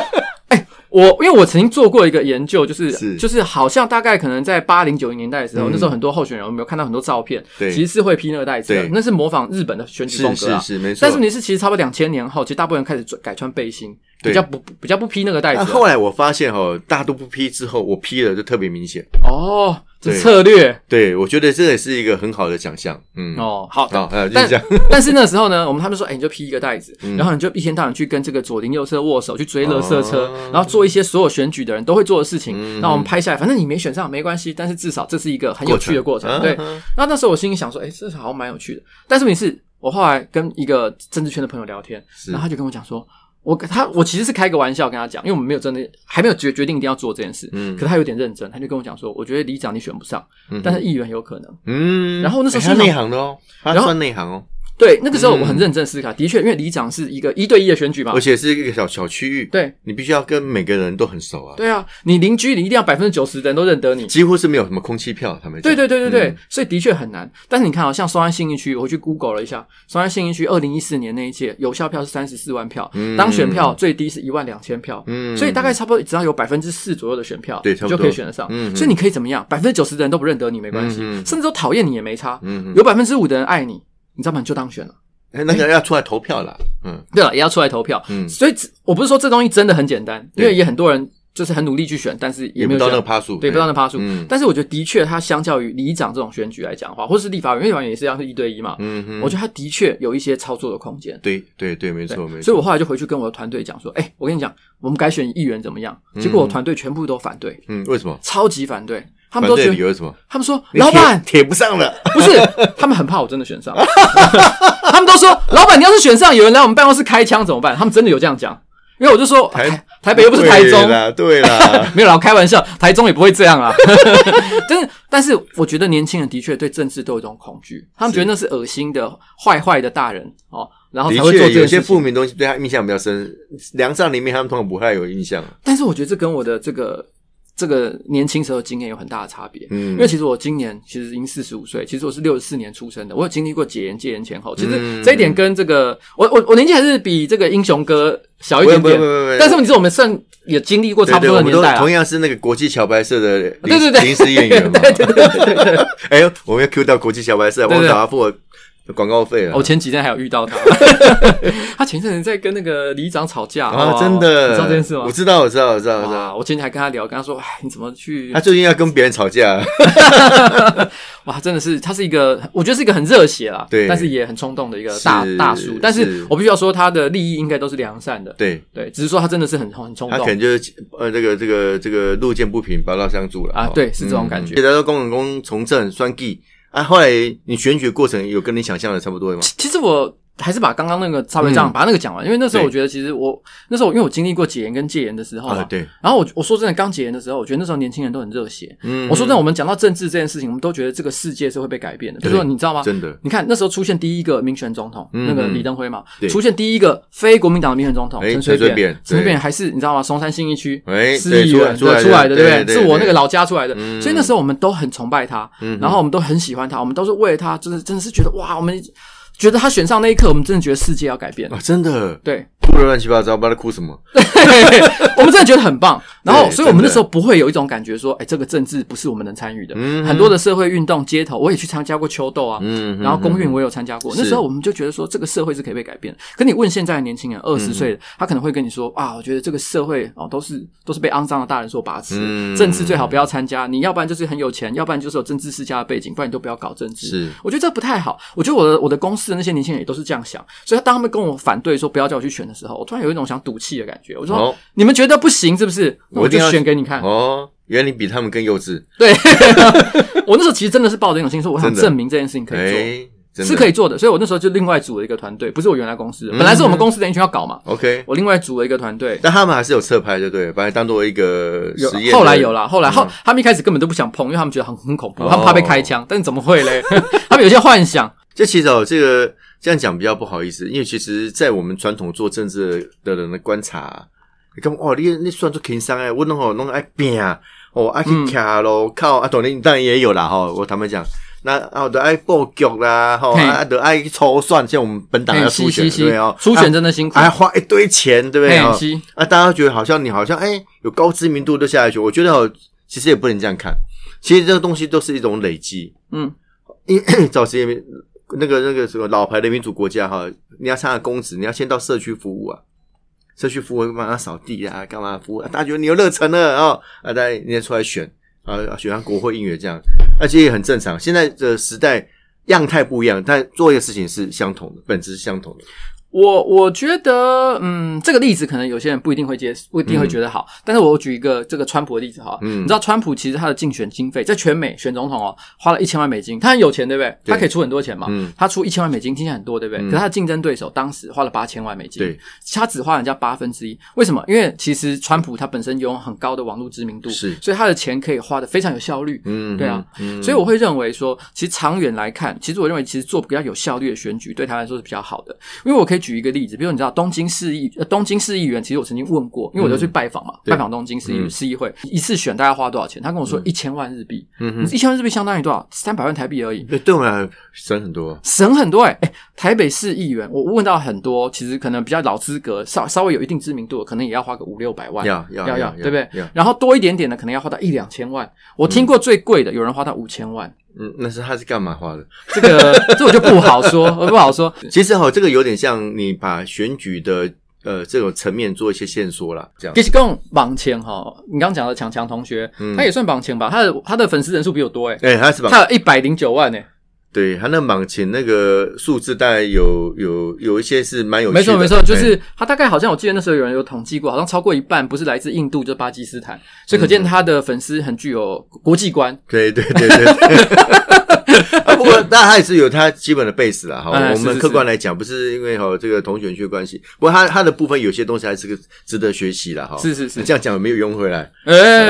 Speaker 2: [LAUGHS] 哎，我因为我曾经做过一个研究，就是
Speaker 1: 是
Speaker 2: 就是好像大概可能在八零九零年代的时候，
Speaker 1: 嗯
Speaker 2: 那时候很多候选人，我们有看到很多照片，
Speaker 1: 对
Speaker 2: 其实是会披那个带子的
Speaker 1: 对，
Speaker 2: 那是模仿日本的选举风
Speaker 1: 是
Speaker 2: 格
Speaker 1: 是
Speaker 2: 啊。
Speaker 1: 是，没错。
Speaker 2: 但是问题是，其实差不多两千年后，其实大部分人开始转改穿背心，
Speaker 1: 对
Speaker 2: 比较不比较不披那个带子啊
Speaker 1: 那
Speaker 2: 了。
Speaker 1: 啊后来我发现哦，大家都不批之后，我批了就特别明显。
Speaker 2: 哦，这
Speaker 1: 对
Speaker 2: 策略
Speaker 1: 对，我觉得这也是一个很好的奖项。嗯，
Speaker 2: 哦，好，
Speaker 1: 好，呃，就
Speaker 2: 但
Speaker 1: 是这样。
Speaker 2: [LAUGHS]
Speaker 1: 嗯
Speaker 2: 但是那时候呢，我们他们说，哎、你就披一个袋子，然后你就一天到晚去跟这个左邻右舍握手，去追垃圾车，
Speaker 1: 哦
Speaker 2: 然后做一些所有选举的人都会做的事情。
Speaker 1: 嗯
Speaker 2: 那、我们拍下来，反正你没选上没关系，但是至少这是一个很有趣的过程。对，
Speaker 1: 嗯
Speaker 2: 那那时候我心里想说，哎、这好像蛮有趣的。但是问题是，我后来跟一个政治圈的朋友聊天，
Speaker 1: 是
Speaker 2: 然后他就跟我讲说。我他我其实是开个玩笑跟他讲，因为我们没有真的还没有决决定一定要做这件事，
Speaker 1: 嗯
Speaker 2: 可他有点认真，他就跟我讲说，我觉得里长你选不上，
Speaker 1: 嗯
Speaker 2: 但是议员有可能，
Speaker 1: 嗯
Speaker 2: 然后那时候
Speaker 1: 哎他
Speaker 2: 心想
Speaker 1: 内行的哦，他
Speaker 2: 然后
Speaker 1: 算内行哦，
Speaker 2: 对，那个时候我很认真思
Speaker 1: 嗯
Speaker 2: 考，的确，因为里长是一个一对一的选举嘛
Speaker 1: 而，且是一个小小区域，
Speaker 2: 啊对
Speaker 1: 你必须要跟每个人都很熟啊，
Speaker 2: 对啊，你邻居你一定要百分之九十的人都认得你，
Speaker 1: 几乎是没有什么空气票，他们讲
Speaker 2: 对对对对对，
Speaker 1: 嗯
Speaker 2: 所以的确很难。但是你看、哦，像松安信义区，我去 Google 了一下，松安信义区二零一四年那一届有效票是三十四万票，
Speaker 1: 嗯
Speaker 2: 当选票最低是一万两千票，
Speaker 1: 嗯
Speaker 2: 所以大概差不多只要有百分之四左右的选票，
Speaker 1: 对差不
Speaker 2: 你就
Speaker 1: 多
Speaker 2: 可以选得上。
Speaker 1: 嗯嗯
Speaker 2: 所以你可以怎么样？百分之九十的人都不认得你没关系，
Speaker 1: 嗯嗯
Speaker 2: 甚至都讨厌你也没差。
Speaker 1: 嗯，
Speaker 2: 有百分之五的人爱你，你知道吗？你就当选了。
Speaker 1: 哎那个要出来投票啦，嗯
Speaker 2: 对啊了，也要出来投票。
Speaker 1: 嗯，
Speaker 2: 所以只我不是说这东西真的很简单，因为
Speaker 1: 对
Speaker 2: 也很多人就是很努力去选，但是也
Speaker 1: 也不
Speaker 2: 没有
Speaker 1: 到
Speaker 2: 选
Speaker 1: 那个趴数，
Speaker 2: 对，不到那趴数。
Speaker 1: 嗯
Speaker 2: 但是我觉得的确，它相较于里长这种选举来讲的话，或是立法委员，因为立法委员也是一样是一对一嘛，
Speaker 1: 嗯哼，
Speaker 2: 我觉得它的确有一些操作的空间。
Speaker 1: 对对对，没
Speaker 2: 对
Speaker 1: 错没错，
Speaker 2: 所以我后来就回去跟我的团队讲说，哎、我跟你讲，我们改选议员怎么样？结果我团队全部都反对，
Speaker 1: 嗯，为什么？
Speaker 2: 超级反对，他
Speaker 1: 反
Speaker 2: 们都
Speaker 1: 对
Speaker 2: 觉
Speaker 1: 的理由
Speaker 2: 得，
Speaker 1: 是什么？
Speaker 2: 他们说
Speaker 1: 你
Speaker 2: 老板
Speaker 1: 铁铁不上了，
Speaker 2: 不是，他们很怕我真的选上， [LAUGHS] 他们都说老板，你要是选上，有人来我们办公室开枪怎么办？他们真的有这样讲，因为我就说
Speaker 1: 台
Speaker 2: 台台 [LAUGHS] 北又不是台中
Speaker 1: 对，啦，对啦，
Speaker 2: 没有啦，我开玩笑，台中也不会这样啦。 [LAUGHS] 但是，但是我觉得年轻人的确对政治都有一种恐惧，他们觉得那是恶心的、坏坏的大人哦，然后才
Speaker 1: 的
Speaker 2: 会做
Speaker 1: 确
Speaker 2: 这
Speaker 1: 有
Speaker 2: 件
Speaker 1: 些
Speaker 2: 事
Speaker 1: 负
Speaker 2: 情。
Speaker 1: 面东西对他印象比较深，梁上里面他们通常不太有印象，啊
Speaker 2: 但是我觉得这跟我的这个这个年轻时候的经验有很大的差别。
Speaker 1: 嗯，
Speaker 2: 因为其实我今年其实已经四十五岁，其实我是六十四年出生的，我有经历过解严、戒严前后。其实
Speaker 1: 嗯
Speaker 2: 这一点跟这个我我我年纪还是比这个英雄哥小一
Speaker 1: 不
Speaker 2: 点
Speaker 1: 不不
Speaker 2: 点，
Speaker 1: 不，
Speaker 2: 但是你知道我们算也经历过
Speaker 1: 对
Speaker 2: 差不
Speaker 1: 对，
Speaker 2: 多
Speaker 1: 我
Speaker 2: 的
Speaker 1: 们
Speaker 2: 年
Speaker 1: 都
Speaker 2: 代啊
Speaker 1: 同。样是那个国际小白社的临
Speaker 2: [LAUGHS] 对对对
Speaker 1: 临时演员嘛，
Speaker 2: [LAUGHS] 对对对对对对。
Speaker 1: [LAUGHS] 哎呦，我们要 Q 到国际小白社，
Speaker 2: 对
Speaker 1: 王
Speaker 2: 对
Speaker 1: 导要付我广告费了
Speaker 2: 哦我。前几天还有遇到
Speaker 1: [LAUGHS]
Speaker 2: 他，他前阵子在跟那个里长吵架
Speaker 1: 啊，
Speaker 2: 哇
Speaker 1: 真的，
Speaker 2: 你知道这件事吗
Speaker 1: 我？知道，我知道，我知道，我知道。
Speaker 2: 哇！我前几天还跟他聊，跟他说：“哎，你怎么去
Speaker 1: 他？最近要跟别人吵
Speaker 2: [LAUGHS]
Speaker 1: 架，
Speaker 2: 哇，真的是他是一个，我觉得是一个很热血啦，
Speaker 1: 对
Speaker 2: 但是也很冲动的一个大
Speaker 1: 是
Speaker 2: 大叔。但是
Speaker 1: 是
Speaker 2: 我必须要说，他的利益应该都是良善的，
Speaker 1: 对
Speaker 2: 对，只是说他真的是很很冲
Speaker 1: 他可
Speaker 2: 动。
Speaker 1: 能就是呃，这个这个这个路见不平，拔刀相助了
Speaker 2: 啊
Speaker 1: 哦
Speaker 2: 对是这种感觉
Speaker 1: 嗯给他说工人工从政算计啊，后来你选举过程有跟你想象的差不多吗？
Speaker 2: 其其实我还是把刚刚那个稍微这样、
Speaker 1: 嗯
Speaker 2: 把那个讲完，因为那时候
Speaker 1: 对
Speaker 2: 我觉得其实我那时候因为我经历过解严跟戒严的时候嘛，
Speaker 1: 啊，对，
Speaker 2: 然后我我说真的，刚解严的时候，我觉得那时候年轻人都很热血，
Speaker 1: 嗯
Speaker 2: 我说真的，我们讲到政治这件事情，我们都觉得这个世界是会被改变的。比如说，
Speaker 1: 对
Speaker 2: 你知道吗？
Speaker 1: 真的，
Speaker 2: 你看那时候出现第一个民选总统，
Speaker 1: 嗯
Speaker 2: 那个李登辉嘛，
Speaker 1: 对
Speaker 2: 出现第一个非国民党的民选总统
Speaker 1: 哎
Speaker 2: 陈水
Speaker 1: 陈水扁
Speaker 2: 陈水
Speaker 1: 对
Speaker 2: 扁还是你知道吗？松山信义区
Speaker 1: 哎
Speaker 2: 市议
Speaker 1: 对
Speaker 2: 员
Speaker 1: 出来出来的
Speaker 2: 对出来的，
Speaker 1: 对
Speaker 2: 对不
Speaker 1: 对
Speaker 2: 是我那
Speaker 1: 对
Speaker 2: 个老家出来的，
Speaker 1: 嗯
Speaker 2: 所以那时候我们都很崇拜他，
Speaker 1: 嗯
Speaker 2: 然后我们都很喜欢他，我们都是为了他，真的真的是觉得哇，我们觉得他选上那一刻，我们真的觉得世界要改变了
Speaker 1: 啊，。真的
Speaker 2: 对， [LAUGHS]
Speaker 1: 哭的乱七八糟，不知道在哭什么。
Speaker 2: 我们真的觉得很棒。然后，
Speaker 1: [LAUGHS] 对
Speaker 2: 所以我们
Speaker 1: 真的
Speaker 2: 那时候不会有一种感觉说，哎，这个政治不是我们能参与的。
Speaker 1: 嗯
Speaker 2: 很多的社会运动、街头，我也去参加过秋斗啊，
Speaker 1: 嗯
Speaker 2: 然后公运我也有参加过。
Speaker 1: 是
Speaker 2: 那时候我们就觉得说，这个社会是可以被改变的。可你问现在的年轻人，二
Speaker 1: 嗯
Speaker 2: 十岁的，他可能会跟你说啊，我觉得这个社会哦，都是都是被肮脏的大人所把持，
Speaker 1: 嗯
Speaker 2: 政治最好不要参加。你要不然就是很有钱，要不然就是有政治世家的背景，不然你都不要搞政治。
Speaker 1: 是
Speaker 2: 我觉得这不太好。我觉得我的我的公司的那些年轻人也都是这样想，所以当他们跟我反对说不要叫我去选的时候，我突然有一种想赌气的感觉。我说、
Speaker 1: 哦
Speaker 2: 你们觉得不行是不是？那
Speaker 1: 我
Speaker 2: 我
Speaker 1: 一定
Speaker 2: 就
Speaker 1: 要
Speaker 2: 选给你看。
Speaker 1: 哦，原来你比他们更幼稚，
Speaker 2: 对， [LAUGHS] 我那时候其实真的是抱着一种心说，我想
Speaker 1: 真的
Speaker 2: 证明这件事情可以
Speaker 1: 哎，
Speaker 2: 做，
Speaker 1: 真
Speaker 2: 是
Speaker 1: 的
Speaker 2: 可以做的。所以我那时候就另外组了一个团队，不是我原来公司的，本来是我
Speaker 1: 嗯
Speaker 2: 们公司的人群要搞嘛，
Speaker 1: OK。
Speaker 2: 我另外组了一个团队。
Speaker 1: 但他们还是有侧拍，对不对？把它当做一个
Speaker 2: 有
Speaker 1: 实验的。嗯
Speaker 2: 后来有啦，后来后他们一开始根本都不想碰，因为他们觉得很很恐怖，
Speaker 1: 哦
Speaker 2: 他们怕被开枪。但是怎么会嘞？ [LAUGHS] 他们有些幻想，
Speaker 1: 这其实哦，这个这样讲比较不好意思，因为其实，在我们传统做政治的人的观察，你看哦，你你算出情商哎，我弄好弄爱拼啊，哦爱去卡咯，
Speaker 2: 嗯
Speaker 1: 靠啊，当然当然也有啦哈、我坦白讲，那啊都爱布局啦，哈、
Speaker 2: 嘿
Speaker 1: 啊都爱抽算，像我们本党
Speaker 2: 哎
Speaker 1: 要
Speaker 2: 是
Speaker 1: 初选，
Speaker 2: 是是
Speaker 1: 对哦，
Speaker 2: 初选真的辛苦
Speaker 1: 还、，花一堆钱，对不对？
Speaker 2: 哎
Speaker 1: 哦
Speaker 2: 是
Speaker 1: 啊，大家觉得好像你好像哎、有高知名度就下来选，我觉得哦，其实也不能这样看，其实这个东西都是一种累积，
Speaker 2: 嗯，
Speaker 1: 因早期也没那个那个什么老牌的民主国家哈，你要参加公职，你要先到社区服务啊，社区服务帮他扫地啊，干嘛服务、啊？大家觉得你有热忱了哦，啊，大家你也出来选啊，选上国会议员这样，而且也很正常。现在的时代样态不一样，但做一个事情是相同的，本质是相同的。
Speaker 2: 我我觉得，嗯，这个例子可能有些人不一定会接，不一定会觉得好。但是我举一个这个川普的例子哈，
Speaker 1: 嗯
Speaker 2: 你知道川普其实他的竞选经费在全美选总统哦，花了一千万美金，他很有钱，对不对？
Speaker 1: 对
Speaker 2: 他可以出很多钱嘛，
Speaker 1: 嗯
Speaker 2: 他出一千万美金听起来很多，对不对？
Speaker 1: 嗯
Speaker 2: 可是他的竞争对手当时花了八千万美金，
Speaker 1: 对，
Speaker 2: 他只花人家八分之一。为什么？因为其实川普他本身拥有很高的网络知名度，
Speaker 1: 是
Speaker 2: 所以他的钱可以花的非常有效率，
Speaker 1: 嗯，
Speaker 2: 对啊
Speaker 1: 嗯，
Speaker 2: 所以我会认为说，其实长远来看，其实我认为其实做比较有效率的选举对台湾来说是比较好的。因为我可以举一个例子，比如你知道东京市议呃东京市议员，其实我曾经问过，因为我就去拜访嘛，
Speaker 1: 嗯对
Speaker 2: 拜访东京市议
Speaker 1: 嗯
Speaker 2: 市议会，一次选大概花多少钱？他跟我说一千万日币，
Speaker 1: 嗯
Speaker 2: 一千万日币相当于多少？三百万台币而已。
Speaker 1: 对，对我们来省很多，
Speaker 2: 省很多哎、欸台北市议员，我问到很多，其实可能比较老资格，稍稍微有一定知名度的，可能也要花个五六百万，
Speaker 1: 要要
Speaker 2: 要
Speaker 1: 要
Speaker 2: 对不对
Speaker 1: 要？
Speaker 2: 然后多一点点的，可能要花到一两千万。我听过最贵的，有人花到五千万，
Speaker 1: 嗯，那是他是干嘛花的？
Speaker 2: 这个这我就不好说， [LAUGHS] 我不好说。
Speaker 1: 其实哈，这个有点像你把选举的呃这种层面做一些线索啦，这样
Speaker 2: 其。实跟榜前哈，你刚刚讲的强强同学，
Speaker 1: 嗯
Speaker 2: 他也算榜前吧？他的他的粉丝人数比我多哎、
Speaker 1: 哎、他是把
Speaker 2: 他有一百零九万哎、
Speaker 1: 对他那莽琴那个数字，大概有有有一些是蛮有趣的
Speaker 2: 没错没错，
Speaker 1: 哎
Speaker 2: 就是他大概好像我记得那时候有人有统计过，好像超过一半不是来自印度就是巴基斯坦，所以可见他的粉丝很具有国际观。
Speaker 1: 对对对对对。 [LAUGHS] 啊，不过那他也是有他基本的 base 啦，哈、
Speaker 2: 哎
Speaker 1: 我
Speaker 2: 是
Speaker 1: 们
Speaker 2: 是
Speaker 1: 客观来讲，不是因为哈这个同选区的关系，不过他他的部分有些东西还是个值得学习啦，哈。
Speaker 2: 是是是
Speaker 1: 这样讲有没有用回来？
Speaker 2: 哎、
Speaker 1: 嗯
Speaker 2: [LAUGHS]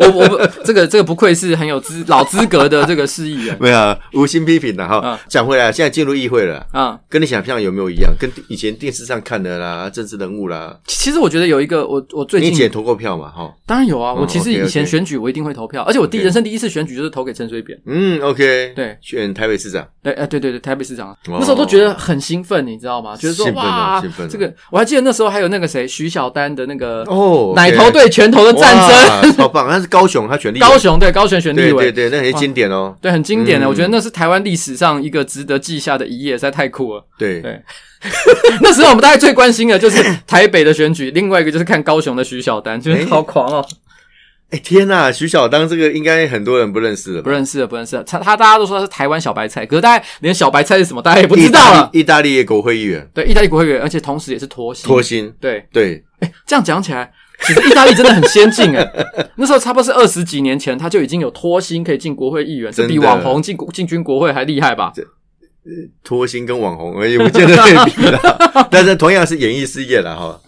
Speaker 2: 我我不这个这个不愧是很有资老资格的这个市议员
Speaker 1: 没有啊，无心批评的哈
Speaker 2: 嗯。
Speaker 1: 讲、回来，现在进入议会了，
Speaker 2: 啊、
Speaker 1: 跟你想象有没有一样？跟以前电视上看的啦，政治人物啦，
Speaker 2: 其其实我觉得有一个我我最
Speaker 1: 你以前也
Speaker 2: 近
Speaker 1: 投过票嘛，哈。
Speaker 2: 当然有啊，
Speaker 1: 嗯
Speaker 2: 我其实
Speaker 1: OK，OK
Speaker 2: 以前选举我一定会投票，而且我第
Speaker 1: OK
Speaker 2: 人生第一次选举就是投给陈水扁。
Speaker 1: 嗯，OK，
Speaker 2: 对
Speaker 1: 选台北市长，
Speaker 2: 对，哎、对对对，台北市长、
Speaker 1: 哦
Speaker 2: 那时候都觉得很兴奋，你知道吗？觉得说
Speaker 1: 兴奋啊
Speaker 2: 哇
Speaker 1: 兴奋啊，
Speaker 2: 这个我还记得那时候还有那个谁，徐小丹的那个
Speaker 1: 哦，
Speaker 2: 奶头对拳头的战争，
Speaker 1: 争，好棒！他是高雄，他选立委
Speaker 2: [LAUGHS] 高雄对高雄选立
Speaker 1: 对
Speaker 2: 委，
Speaker 1: 对对，那很经典哦。
Speaker 2: 对很经典的，
Speaker 1: 嗯
Speaker 2: 我觉得那是台湾历史上一个值得记下的一页，实在太酷了。
Speaker 1: 对，
Speaker 2: 对， [LAUGHS] 那时候我们大家最关心的就是台北的选举，另外一个就是看高雄的徐小丹，觉得
Speaker 1: 哎
Speaker 2: 好狂哦，
Speaker 1: 哎天呐，徐小当这个应该很多人不认识了
Speaker 2: 不
Speaker 1: 吧？
Speaker 2: 认识了，不认识了，他他大家都说他是台湾小白菜，可是大家连小白菜是什么大家也不知道啊了。
Speaker 1: 意大利意大利的国会议员
Speaker 2: 对，意大利国会议员，而且同时也是脱星，
Speaker 1: 托辛，
Speaker 2: 对，
Speaker 1: 对，
Speaker 2: 这样讲起来，其实意大利真的很先进哎、
Speaker 1: [LAUGHS]
Speaker 2: 那时候差不多是二十几年前，他就已经有脱星可以进国会议员，这比
Speaker 1: 真的
Speaker 2: 网红进国进军国会还厉害吧？
Speaker 1: 托辛跟网红哎也不见得可以比
Speaker 2: [LAUGHS]
Speaker 1: 啦，但是同样是演艺事业了哈。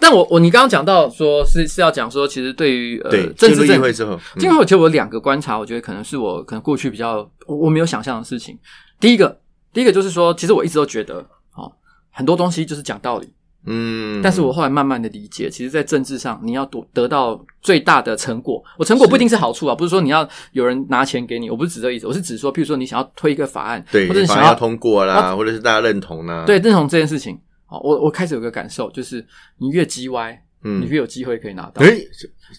Speaker 2: 但我我你刚刚讲到说是是要讲说，其实对于呃
Speaker 1: 对，进
Speaker 2: 政
Speaker 1: 入
Speaker 2: 治
Speaker 1: 议
Speaker 2: 正
Speaker 1: 会之后，
Speaker 2: 这个我觉得我有两个观察，我觉得可能是我可能过去比较我我没有想象的事情。第一个，第一个就是说，其实我一直都觉得，哦，很多东西就是讲道理，
Speaker 1: 嗯，
Speaker 2: 但是我后来慢慢的理解，其实，在政治上，你要得得到最大的成果，我成果不一定是好处啊，不是说你要有人拿钱给你，我不是指这个意思，我是指说，譬如说你想要推一个法案，
Speaker 1: 对
Speaker 2: 或者，你
Speaker 1: 反
Speaker 2: 想
Speaker 1: 而要
Speaker 2: 要
Speaker 1: 通过啦，或者是大家认同啦，
Speaker 2: 对，认同这件事情。哦，我我开始有个感受，就是你越叽歪，你
Speaker 1: 嗯，
Speaker 2: 越有机会可以拿到。
Speaker 1: 哎，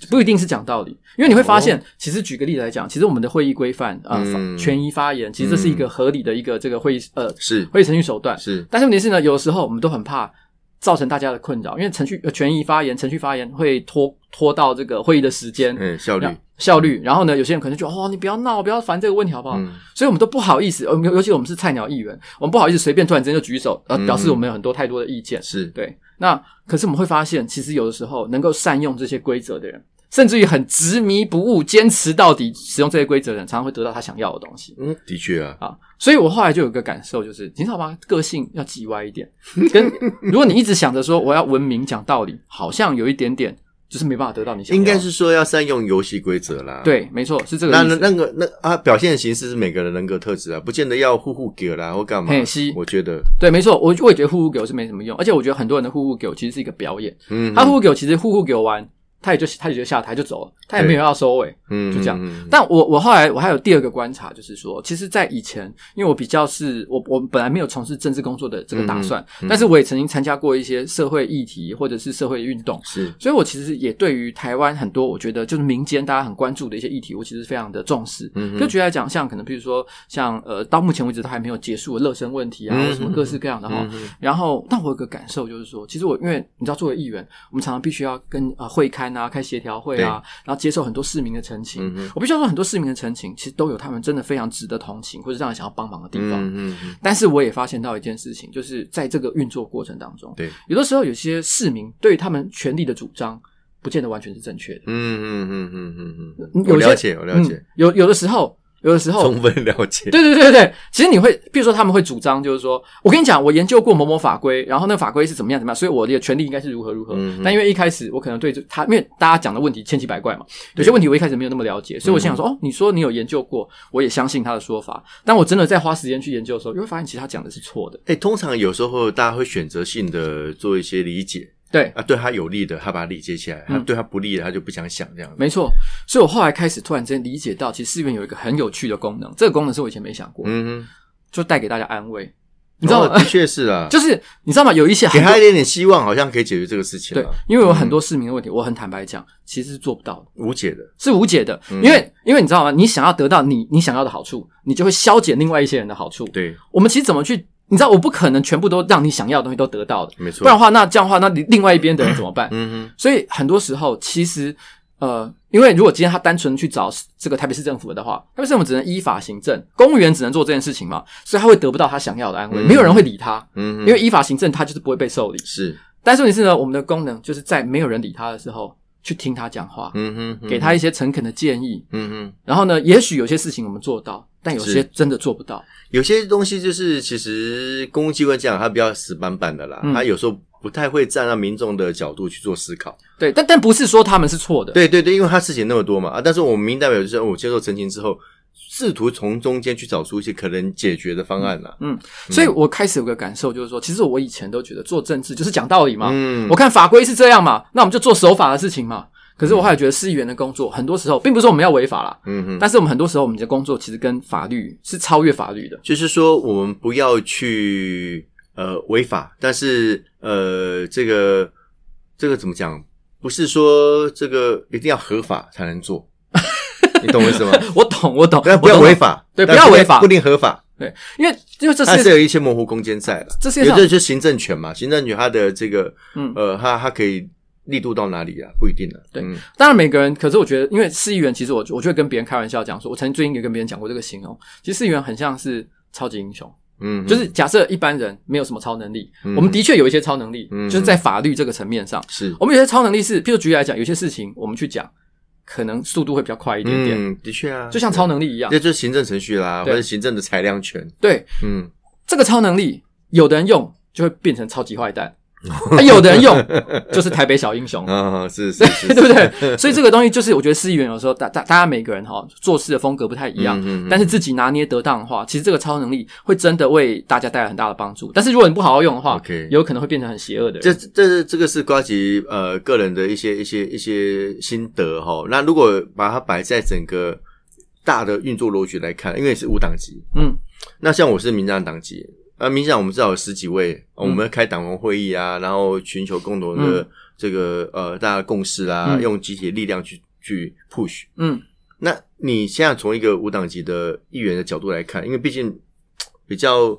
Speaker 2: 不一定是讲道理，因为你会发现，其实举个例来讲，其实我们的会议规范啊，
Speaker 1: 哦嗯
Speaker 2: 呃权益发言，其实这是一个合理的一个这个会议呃
Speaker 1: 是
Speaker 2: 会议程序手段。
Speaker 1: 是，
Speaker 2: 但是问题是呢，有时候我们都很怕造成大家的困扰，因为程序呃权益发言、程序发言会拖拖到这个会议的时间、
Speaker 1: 嗯，效率
Speaker 2: 然，后效率。然后呢，有些人可能就哦，你不要闹，不要烦这个问题好不好？
Speaker 1: 嗯，
Speaker 2: 所以我们都不好意思，呃尤尤其我们是菜鸟议员，我们不好意思随便突然之间就举手，呃，
Speaker 1: 嗯
Speaker 2: 表示我们有很多太多的意见。
Speaker 1: 是，
Speaker 2: 对，那可是我们会发现，其实有的时候能够善用这些规则的人，甚至于很执迷不悟、坚持到底使用这些规则的人，常常会得到他想要的东西
Speaker 1: 嗯，的确啊，
Speaker 2: 啊。所以我后来就有个感受，就是你知道吗？个性要叽歪一点，跟 [LAUGHS] 如果你一直想着说我要文明讲道理，好像有一点点就是没办法得到你想要
Speaker 1: 应
Speaker 2: 的。
Speaker 1: 该是说要善用游戏规则啦，。
Speaker 2: 啊对，没错，是这个
Speaker 1: 那
Speaker 2: 意
Speaker 1: 那
Speaker 2: 思。
Speaker 1: 那个那啊，表现形式是每个人人格特质啊，不见得要户户给啦或干嘛
Speaker 2: 嘿是。
Speaker 1: 我觉得，
Speaker 2: 对，没错，我我也觉得呼呼狗是没什么用，而且我觉得很多人的呼呼狗其实是一个表演，
Speaker 1: 嗯，
Speaker 2: 他呼呼狗其实呼呼狗完，他也就他也就下台就走了，他也没有要收尾。
Speaker 1: 嗯
Speaker 2: 就这样
Speaker 1: 嗯嗯
Speaker 2: 但我我后来我还有第二个观察，就是说，其实，在以前，因为我比较是我我本来没有从事政治工作的这个打算，
Speaker 1: 嗯嗯
Speaker 2: 但是我也曾经参加过一些社会议题或者是社会运动，
Speaker 1: 是
Speaker 2: 所以我其实也对于台湾很多我觉得就是民间大家很关注的一些议题，我其实非常的重视。
Speaker 1: 嗯哼
Speaker 2: 就举例来讲，像可能比如说像呃，到目前为止都还没有结束的热身问题啊，
Speaker 1: 嗯
Speaker 2: 或什么各式各样的哈。
Speaker 1: 嗯
Speaker 2: 然后，但我有个感受就是说，其实我因为你知道，作为议员，我们常常必须要跟呃会刊案啊，开协调会啊，然后接受很多市民的陈情。
Speaker 1: 嗯哼
Speaker 2: 我必须要说，很多市民的陈情其实都有他们真的非常值得同情，或者让人想要帮忙的地方。
Speaker 1: 嗯嗯，
Speaker 2: 但是我也发现到一件事情，就是在这个运作过程当中，
Speaker 1: 对，
Speaker 2: 有的时候有些市民对他们权利的主张，不见得完全是正确的。
Speaker 1: 嗯嗯嗯嗯嗯嗯嗯，
Speaker 2: 有
Speaker 1: 我
Speaker 2: 些
Speaker 1: 了解，我了解
Speaker 2: 嗯，有有的时候，有的时候，
Speaker 1: 充分了解。
Speaker 2: 对对对对对，其实你会，比如说他们会主张，就是说我跟你讲，我研究过某某法规，然后那个法规是怎么样怎么样，所以我的权利应该是如何如何。
Speaker 1: 嗯嗯
Speaker 2: 但因为一开始我可能对这他，因为大家讲的问题千奇百怪嘛，有些
Speaker 1: 对嗯
Speaker 2: 问题我一开始没有那么了解，所以我心想说，哦，你说你有研究过，我也相信他的说法。但我真的在花时间去研究的时候，你会发现其实他讲的是错的。
Speaker 1: 哎、通常有时候大家会选择性的做一些理解
Speaker 2: 对，
Speaker 1: 啊，对他有利的他把它理解起来，他
Speaker 2: 嗯
Speaker 1: 对他不利的他就不想想这样子。
Speaker 2: 没错。所以我后来开始突然之间理解到，其实寺院有一个很有趣的功能，这个功能是我以前没想过，
Speaker 1: 嗯哼，
Speaker 2: 就带给大家安慰。你知道
Speaker 1: 哦
Speaker 2: 吗？
Speaker 1: 的确是啊，
Speaker 2: [LAUGHS] 就是你知道吗？有一些
Speaker 1: 给
Speaker 2: 很多
Speaker 1: 他一点点希望，好像可以解决这个事情啊
Speaker 2: 对
Speaker 1: 了，，
Speaker 2: 因为有很多市民的问题，我很坦白讲，其实是做不到的，
Speaker 1: 无解的。
Speaker 2: 是无解的。
Speaker 1: 嗯
Speaker 2: 因为因为你知道吗？你想要得到你你想要的好处，你就会消减另外一些人的好处。，
Speaker 1: 对，
Speaker 2: 我们其实怎么去？你知道，我不可能全部都让你想要的东西都得到的，
Speaker 1: 没错
Speaker 2: 不然的话，那这样的话，那你另外一边的人怎么办？
Speaker 1: 嗯哼，
Speaker 2: 所以很多时候，其实呃，因为如果今天他单纯去找这个台北市政府的话，台北市政府只能依法行政，公务员只能做这件事情嘛，所以他会得不到他想要的安慰，
Speaker 1: 嗯
Speaker 2: 没有人会理他，
Speaker 1: 嗯哼，
Speaker 2: 因为依法行政他就是不会被受理。
Speaker 1: 是，
Speaker 2: 但是问题是呢，我们的功能就是在没有人理他的时候，去听他讲话，
Speaker 1: 嗯哼，嗯
Speaker 2: 给他，一些诚恳的建议。
Speaker 1: 嗯哼，
Speaker 2: 然后呢，也许有些事情我们做到，但有些
Speaker 1: 是
Speaker 2: 真的做不到。
Speaker 1: 有些东西就是其实公务机关讲他比较死板板的啦，
Speaker 2: 嗯
Speaker 1: 他有时候不太会站在民众的角度去做思考。
Speaker 2: 对，但但不是说他们是错的。
Speaker 1: 对对对，因为他事情那么多嘛啊，但是我们民意代表就是我接受澄清之后，试图从中间去找出一些可能解决的方案啦。
Speaker 2: 所以我开始有个感受，就是说，其实我以前都觉得做政治就是讲道理嘛，
Speaker 1: 嗯
Speaker 2: 我看法规是这样嘛，那我们就做守法的事情嘛。可是我后来觉得，市议员的工作很多时候，并不是说我们要违法啦，
Speaker 1: 嗯哼，
Speaker 2: 但是我们很多时候我们的工作其实跟法律是超越法律的。 [LAUGHS]
Speaker 1: 就是说我们不要去呃违法，但是呃这个这个怎么讲？不是说这个一定要合法才能
Speaker 2: [LAUGHS]
Speaker 1: 做，你懂我意思吗？
Speaker 2: 我懂，我懂，
Speaker 1: 但不要
Speaker 2: 我懂
Speaker 1: 违。法，
Speaker 2: 对
Speaker 1: 但
Speaker 2: 不要违法
Speaker 1: 不一定合法，
Speaker 2: 对，因为因为这
Speaker 1: 它
Speaker 2: 世
Speaker 1: 是
Speaker 2: 界
Speaker 1: 有一些模糊空间在了。
Speaker 2: 这世
Speaker 1: 因为
Speaker 2: 界上
Speaker 1: 这就是行政权嘛，行政权它的这个，
Speaker 2: 嗯
Speaker 1: 呃，它它可以力度到哪里啊？不一定啊。
Speaker 2: 对
Speaker 1: 嗯
Speaker 2: 当然，每个人，可是我觉得，因为市议员，其实我我就会跟别人开玩笑讲说，我曾经最近也跟别人讲过这个形容，其实市议员很像是超级英雄，
Speaker 1: 嗯，
Speaker 2: 就是假设一般人没有什么超能力，
Speaker 1: 嗯
Speaker 2: 我们的确有一些超能力，
Speaker 1: 嗯
Speaker 2: 就是在法律这个层面上，
Speaker 1: 是
Speaker 2: 我们有些超能力是，譬如举例来讲，有些事情我们去讲，可能速度会比较快一点点，
Speaker 1: 嗯，的确啊，
Speaker 2: 就像超能力一样
Speaker 1: 对，，这就是行政程序啦，或
Speaker 2: 对
Speaker 1: 者行政的裁量权。
Speaker 2: 对，
Speaker 1: 嗯，
Speaker 2: 这个超能力，有的人用就会变成超级坏蛋，啊有的人用就是台北小英
Speaker 1: [LAUGHS]
Speaker 2: 雄，
Speaker 1: 啊，是是
Speaker 2: [LAUGHS]
Speaker 1: 是，
Speaker 2: 对不对？所以这个东西就是，我觉得市议员有时候大大大家每个人哈、做事的风格不太一样，
Speaker 1: 嗯嗯嗯
Speaker 2: 但是自己拿捏得当的话，其实这个超能力会真的为大家带来很大的帮助。但是如果你不好好用的话
Speaker 1: OK
Speaker 2: 有可能会变成很邪恶的
Speaker 1: 这
Speaker 2: 人。
Speaker 1: 这是这个是瓜吉呃个人的一些一些一些心得哈。那如果把它摆在整个大的运作逻辑来看，因为是无党籍，
Speaker 2: 嗯，
Speaker 1: 那像我是民进党党籍，呃，民进党我们至少有十几位，呃我们开党员会议啊，然后寻求共同的
Speaker 2: 嗯
Speaker 1: 这个呃大家的共识啊，
Speaker 2: 嗯
Speaker 1: 用集体力量去去 push。
Speaker 2: 嗯，
Speaker 1: 那你现在从一个无党籍的议员的角度来看，因为毕竟比较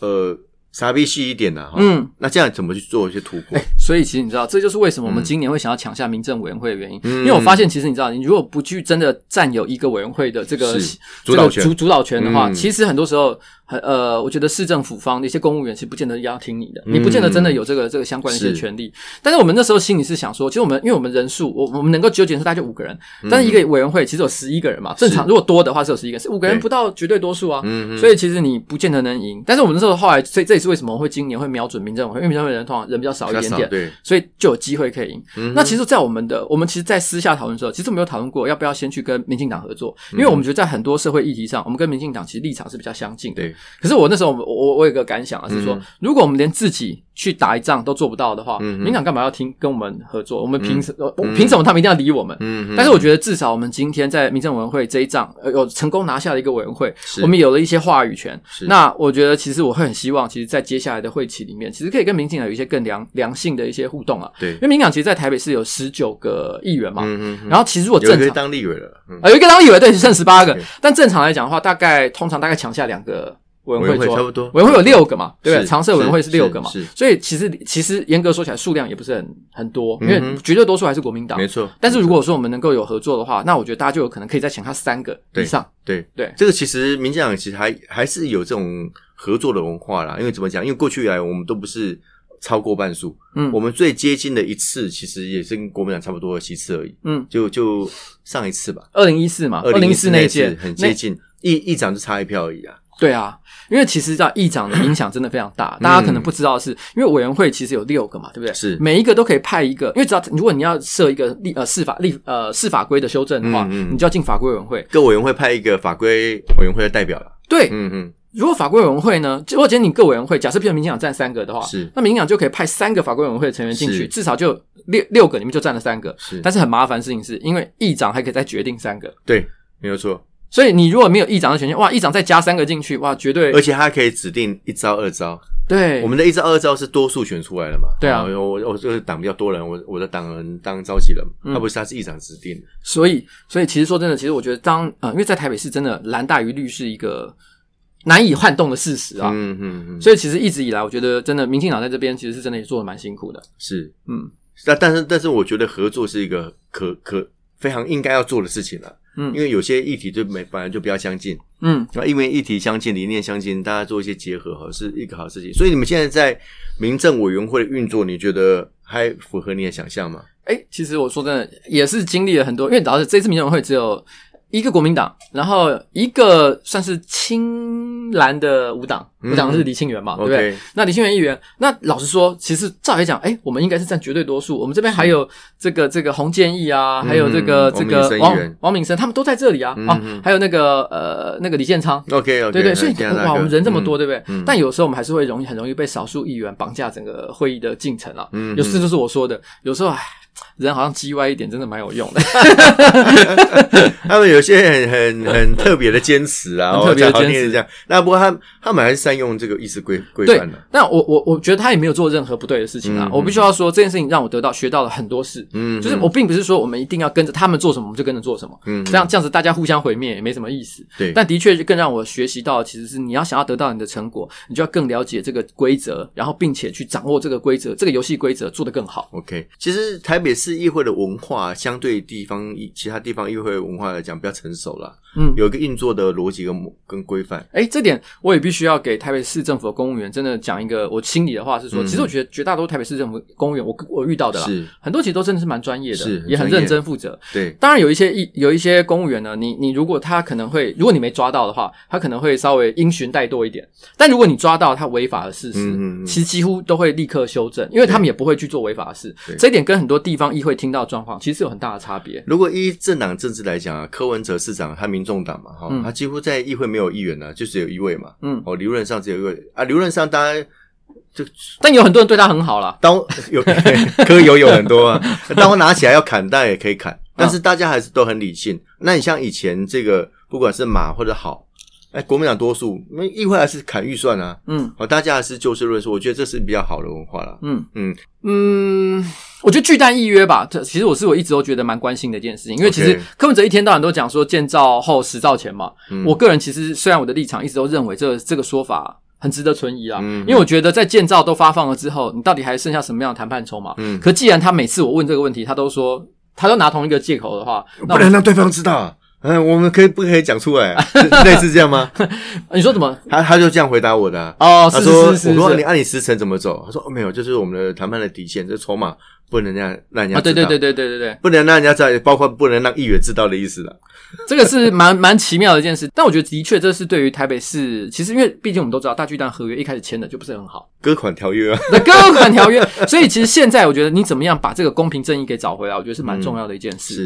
Speaker 1: 呃傻逼系一点呐、哈，
Speaker 2: 嗯，
Speaker 1: 那这样怎么去做一些突破？
Speaker 2: 所以其实你知道，这就是为什么我们
Speaker 1: 嗯
Speaker 2: 今年会想要抢下民政委员会的原因，
Speaker 1: 嗯
Speaker 2: 因为我发现其实你知道，你如果不去真的占有一个委员会的这个
Speaker 1: 是主
Speaker 2: 这个
Speaker 1: 导权
Speaker 2: 主主导权的话，
Speaker 1: 嗯
Speaker 2: 其实很多时候，很呃，我觉得市政府方的一些公务员是不见得要听你的，你不见得真的有这个这个相关的一些
Speaker 1: 嗯是
Speaker 2: 权利。但是我们那时候心里是想说，其实我们因为我们人数，我我们能够纠结是大概就五个人，
Speaker 1: 嗯
Speaker 2: 但是一个委员会其实有十一个人嘛，正常如果多的话是有十一个人，是五个人
Speaker 1: 对
Speaker 2: 不到绝对多数啊。
Speaker 1: 嗯
Speaker 2: 所以其实你不见得能赢，但是我们那时候后来，所以这也是为什么会今年会瞄准民政委会，因为民政委人通常人比较少一
Speaker 1: 比较
Speaker 2: 点
Speaker 1: 嗯少
Speaker 2: 点，
Speaker 1: 对，
Speaker 2: 所以就有机会可以赢。
Speaker 1: 嗯哼
Speaker 2: 那其实，在我们的我们其实，在私下讨论的时候，其实我们有讨论过要不要先去跟民进党合作，
Speaker 1: 嗯
Speaker 2: 因为我们觉得在很多社会议题上，我们跟民进党其实立场是比较相近的。
Speaker 1: 对，
Speaker 2: 可是我那时候我，我我我有个感想啊，是说，
Speaker 1: 嗯
Speaker 2: 如果我们连自己去打一仗都做不到的话，
Speaker 1: 嗯哼
Speaker 2: 民进党干嘛要听跟我们合作？我们凭什呃我凭、什么他们一定要理我们？
Speaker 1: 嗯哼，
Speaker 2: 但是我觉得，至少我们今天在民政委员会这一仗，呃，有成功拿下了一个委员会，
Speaker 1: 是
Speaker 2: 我们有了一些话语权。
Speaker 1: 是
Speaker 2: 那我觉得，其实我会很希望，其实，在接下来的会期里面，其实可以跟民进党有一些更良良性的一些互动啊。
Speaker 1: 对
Speaker 2: 因，为民进党其实，在台北市有十九个议员嘛，
Speaker 1: 嗯哼，
Speaker 2: 然后其实如果
Speaker 1: 有一
Speaker 2: 正
Speaker 1: 个
Speaker 2: 常哎呃
Speaker 1: 当立委了，嗯
Speaker 2: 啊、有一个当立委，对，剩十八个
Speaker 1: 对，
Speaker 2: 但正常来讲的话，大概通常大概抢下两个委
Speaker 1: 委
Speaker 2: 员
Speaker 1: 员会
Speaker 2: 会做
Speaker 1: 差不多
Speaker 2: 委员会有六个嘛，对不对？
Speaker 1: 是
Speaker 2: 常设委员会是六个嘛
Speaker 1: 是是是，
Speaker 2: 所以其实其实严格说起来，数量也不是很很多，因为
Speaker 1: 嗯哼
Speaker 2: 绝对多数还是国民党
Speaker 1: 没。错。
Speaker 2: 但是如果说我们能够有合作的话，那我觉得大家就有可能可以再请他三个以上。
Speaker 1: 对
Speaker 2: 对
Speaker 1: 这个其实民进党其实还还是有这种合作的文化啦。因为怎么讲？因为过去以来我们都不是超过半数，
Speaker 2: 嗯，
Speaker 1: 我们最接近的一次其实也是跟国民党差不多的七次而已，
Speaker 2: 嗯，
Speaker 1: 就就上一次吧，
Speaker 2: 二零一四嘛，
Speaker 1: 二
Speaker 2: 啊二零
Speaker 1: 零
Speaker 2: 一
Speaker 1: 一
Speaker 2: 四
Speaker 1: 四
Speaker 2: 那一
Speaker 1: 次
Speaker 2: 届
Speaker 1: 很
Speaker 2: 那
Speaker 1: 接近，议议长就差一票而已啊。
Speaker 2: 对啊，因为其实在议
Speaker 1: [CLEARS THROAT]
Speaker 2: 长的影响真的非常大，大家可能不知道的是，因为委员会其实有六个嘛，对不对？
Speaker 1: 是
Speaker 2: 每一个都可以派一个，因为只要如果你要设一个立呃市法立呃市法规的修正的话，
Speaker 1: 嗯嗯
Speaker 2: 你就要进法规委员会。
Speaker 1: 各委员会派一个法规委员会的代表了。
Speaker 2: 对，
Speaker 1: 嗯嗯，
Speaker 2: 如果法规委员会呢，如果今天你各委员会，假设譬如民进党占三个的话，
Speaker 1: 是
Speaker 2: 那民进党就可以派三个法规委员会的成员进去，
Speaker 1: 是
Speaker 2: 至少就六六个，你们就占了三个。
Speaker 1: 是
Speaker 2: 但是很麻烦的事情是，因为议长还可以再决定三个，
Speaker 1: 对，没有错。
Speaker 2: 所以你如果没有议长的权限，哇，议长再加三个进去，哇，绝对
Speaker 1: 而且他还可以指定一招、二招。
Speaker 2: 对
Speaker 1: 我们的一招、二招是多数选出来的嘛？
Speaker 2: 对啊
Speaker 1: 然后我我这个党比较多人，我我的党人当召集人，
Speaker 2: 嗯
Speaker 1: 他不是他是议长指定的。
Speaker 2: 所以，所以其实说真的，其实我觉得当呃，因为在台北市真的蓝大于绿是一个难以撼动的事实啊。
Speaker 1: 嗯嗯嗯，
Speaker 2: 所以其实一直以来，我觉得真的民进党在这边其实是真的也做的蛮辛苦的。
Speaker 1: 是。
Speaker 2: 嗯
Speaker 1: 但但是但是，我觉得合作是一个可可非常应该要做的事情了。
Speaker 2: 嗯
Speaker 1: 因为有些议题就没本来就比较相近，
Speaker 2: 嗯，
Speaker 1: 那因为议题相近、理念相近，大家做一些结合，哈，是一个好事情。所以你们现在在民政委员会的运作，你觉得还符合你的想象吗？
Speaker 2: 哎、其实我说真的也是经历了很多，因为导致这次民进党会只有一个国民党，然后一个算是青蓝的五党，
Speaker 1: 嗯
Speaker 2: 五党是李庆元嘛，对不对？
Speaker 1: OK
Speaker 2: 那李庆元议员，那老实说，其实照理讲，哎、我们应该是占绝对多数。我们这边还有这个这个洪建义啊，
Speaker 1: 嗯
Speaker 2: 还有这个
Speaker 1: 嗯
Speaker 2: 这个
Speaker 1: 王敏生议
Speaker 2: 王
Speaker 1: 员
Speaker 2: 王敏生，他们都在这里啊
Speaker 1: 嗯
Speaker 2: 啊
Speaker 1: 嗯，
Speaker 2: 还有那个呃那个李建昌。
Speaker 1: OK OK，
Speaker 2: 对对，所以哇，我们人这么多，对不对？
Speaker 1: 嗯
Speaker 2: 但有时候我们还是会容易很容易被少数议员绑架整个会议的进程啊。
Speaker 1: 嗯
Speaker 2: 有时就是我说的，有时候唉，人好像叽歪一点，真的蛮有用的。 [LAUGHS]
Speaker 1: 他们有些很
Speaker 2: [LAUGHS]
Speaker 1: 很很特别的坚持啊，
Speaker 2: 很特别的
Speaker 1: 好
Speaker 2: 坚持
Speaker 1: 听这样。那不过他他们还是善用这个议事规规
Speaker 2: 对
Speaker 1: 范啊的，，
Speaker 2: 但我我我觉得他也没有做任何不对的事情啊。
Speaker 1: 嗯
Speaker 2: 我必须要说，这件事情让我得到学到了很多事。
Speaker 1: 嗯，
Speaker 2: 就是我并不是说我们一定要跟着他们做什么，我们就跟着做什么。
Speaker 1: 嗯
Speaker 2: 这样这样子大家互相毁灭也没什么意思。
Speaker 1: 对
Speaker 2: 但的确更让我学习到的，其实是你要想要得到你的成果，你就要更了解这个规则，然后并且去掌握这个规则，这个游戏规则做得更好。
Speaker 1: OK，其实台北市议会的文化相对地方议其他地方议会文化来讲比较成熟啦，
Speaker 2: 嗯，
Speaker 1: 有一个运作的逻辑跟模跟规范。
Speaker 2: 哎，这点我也必须要给台北市政府的公务员真的讲一个我心里的话是说，
Speaker 1: 嗯
Speaker 2: 其实我觉得绝大多数台北市政府公务员我，我遇到的啦，
Speaker 1: 是，
Speaker 2: 很多其实都真的是蛮专业的，
Speaker 1: 是很
Speaker 2: 也很
Speaker 1: 专业
Speaker 2: 认真负责。
Speaker 1: 对，
Speaker 2: 当然有一些一有一些公务员呢，你你如果他可能会，如果你没抓到的话，他可能会稍微因循怠惰一点。但如果你抓到他违法的事实，
Speaker 1: 嗯嗯嗯
Speaker 2: 其实几乎都会立刻修正，因为他们也不会去做违法的事
Speaker 1: 对。
Speaker 2: 这一点跟很多地方议会听到的状况其实有很大的差别。
Speaker 1: 如果依政党政治来讲啊，柯文哲市长他民众党嘛，哈、
Speaker 2: 嗯
Speaker 1: 他几乎在议会没有议员呢、啊，就只有一位嘛，
Speaker 2: 嗯，
Speaker 1: 哦，理论上只有一位啊，理论上大家
Speaker 2: 但有很多人对他很好啦。
Speaker 1: 当 [LAUGHS] 有柯友有很多
Speaker 2: [LAUGHS]
Speaker 1: 啊，当我拿起来要砍，当然也可以砍，
Speaker 2: 嗯
Speaker 1: 但是大家还是都很理性。那你像以前这个，不管是马或者好，哎，国民党多数，那议会还是砍预算啊，
Speaker 2: 嗯
Speaker 1: 哦，大家还是就事论事，我觉得这是比较好的文化啦。
Speaker 2: 嗯
Speaker 1: 嗯，
Speaker 2: 嗯，我觉得巨蛋预约吧，这其实我是我一直都觉得蛮关心的一件事情，因为其实
Speaker 1: OK
Speaker 2: 柯文哲一天到晚都讲说建造后实造前嘛，
Speaker 1: 嗯
Speaker 2: 我个人其实虽然我的立场一直都认为这这个说法很值得存疑啦，
Speaker 1: 嗯
Speaker 2: 因为我觉得在建造都发放了之后，你到底还剩下什么样的谈判筹码？
Speaker 1: 嗯
Speaker 2: 可既然他每次我问这个问题，他都说他都拿同一个借口
Speaker 1: [LAUGHS]
Speaker 2: 的话，那
Speaker 1: 不能让对方知道啊。嗯，我们可以不可以讲出
Speaker 2: [LAUGHS]
Speaker 1: 来？啊类似这样吗？
Speaker 2: 我你说怎么？
Speaker 1: 他他就这样回答我的啊、
Speaker 2: 哦，
Speaker 1: 他
Speaker 2: 是
Speaker 1: 说：“
Speaker 2: 是是
Speaker 1: 我
Speaker 2: 是
Speaker 1: 说你
Speaker 2: 是。
Speaker 1: 按你时辰怎么走？”他说：“哦，没有，就是我们的谈判的底线，这筹码不能让让人家
Speaker 2: 啊，对
Speaker 1: 知
Speaker 2: 对
Speaker 1: 道
Speaker 2: 对，对对对对，
Speaker 1: 不能让人家在，包括不能让议员知道的意思了。
Speaker 2: 这个是蛮 [LAUGHS] 蛮奇妙的一件事，但我觉得的确这是对于台北市，其实因为毕竟我们都知道大巨蛋合约一开始签的就不是很
Speaker 1: [LAUGHS]
Speaker 2: 好，
Speaker 1: 割款条约啊，
Speaker 2: 那各款条约，所以其实现在我觉得你怎么样把这个公平正义给找回来，我觉得是蛮重要的一件事。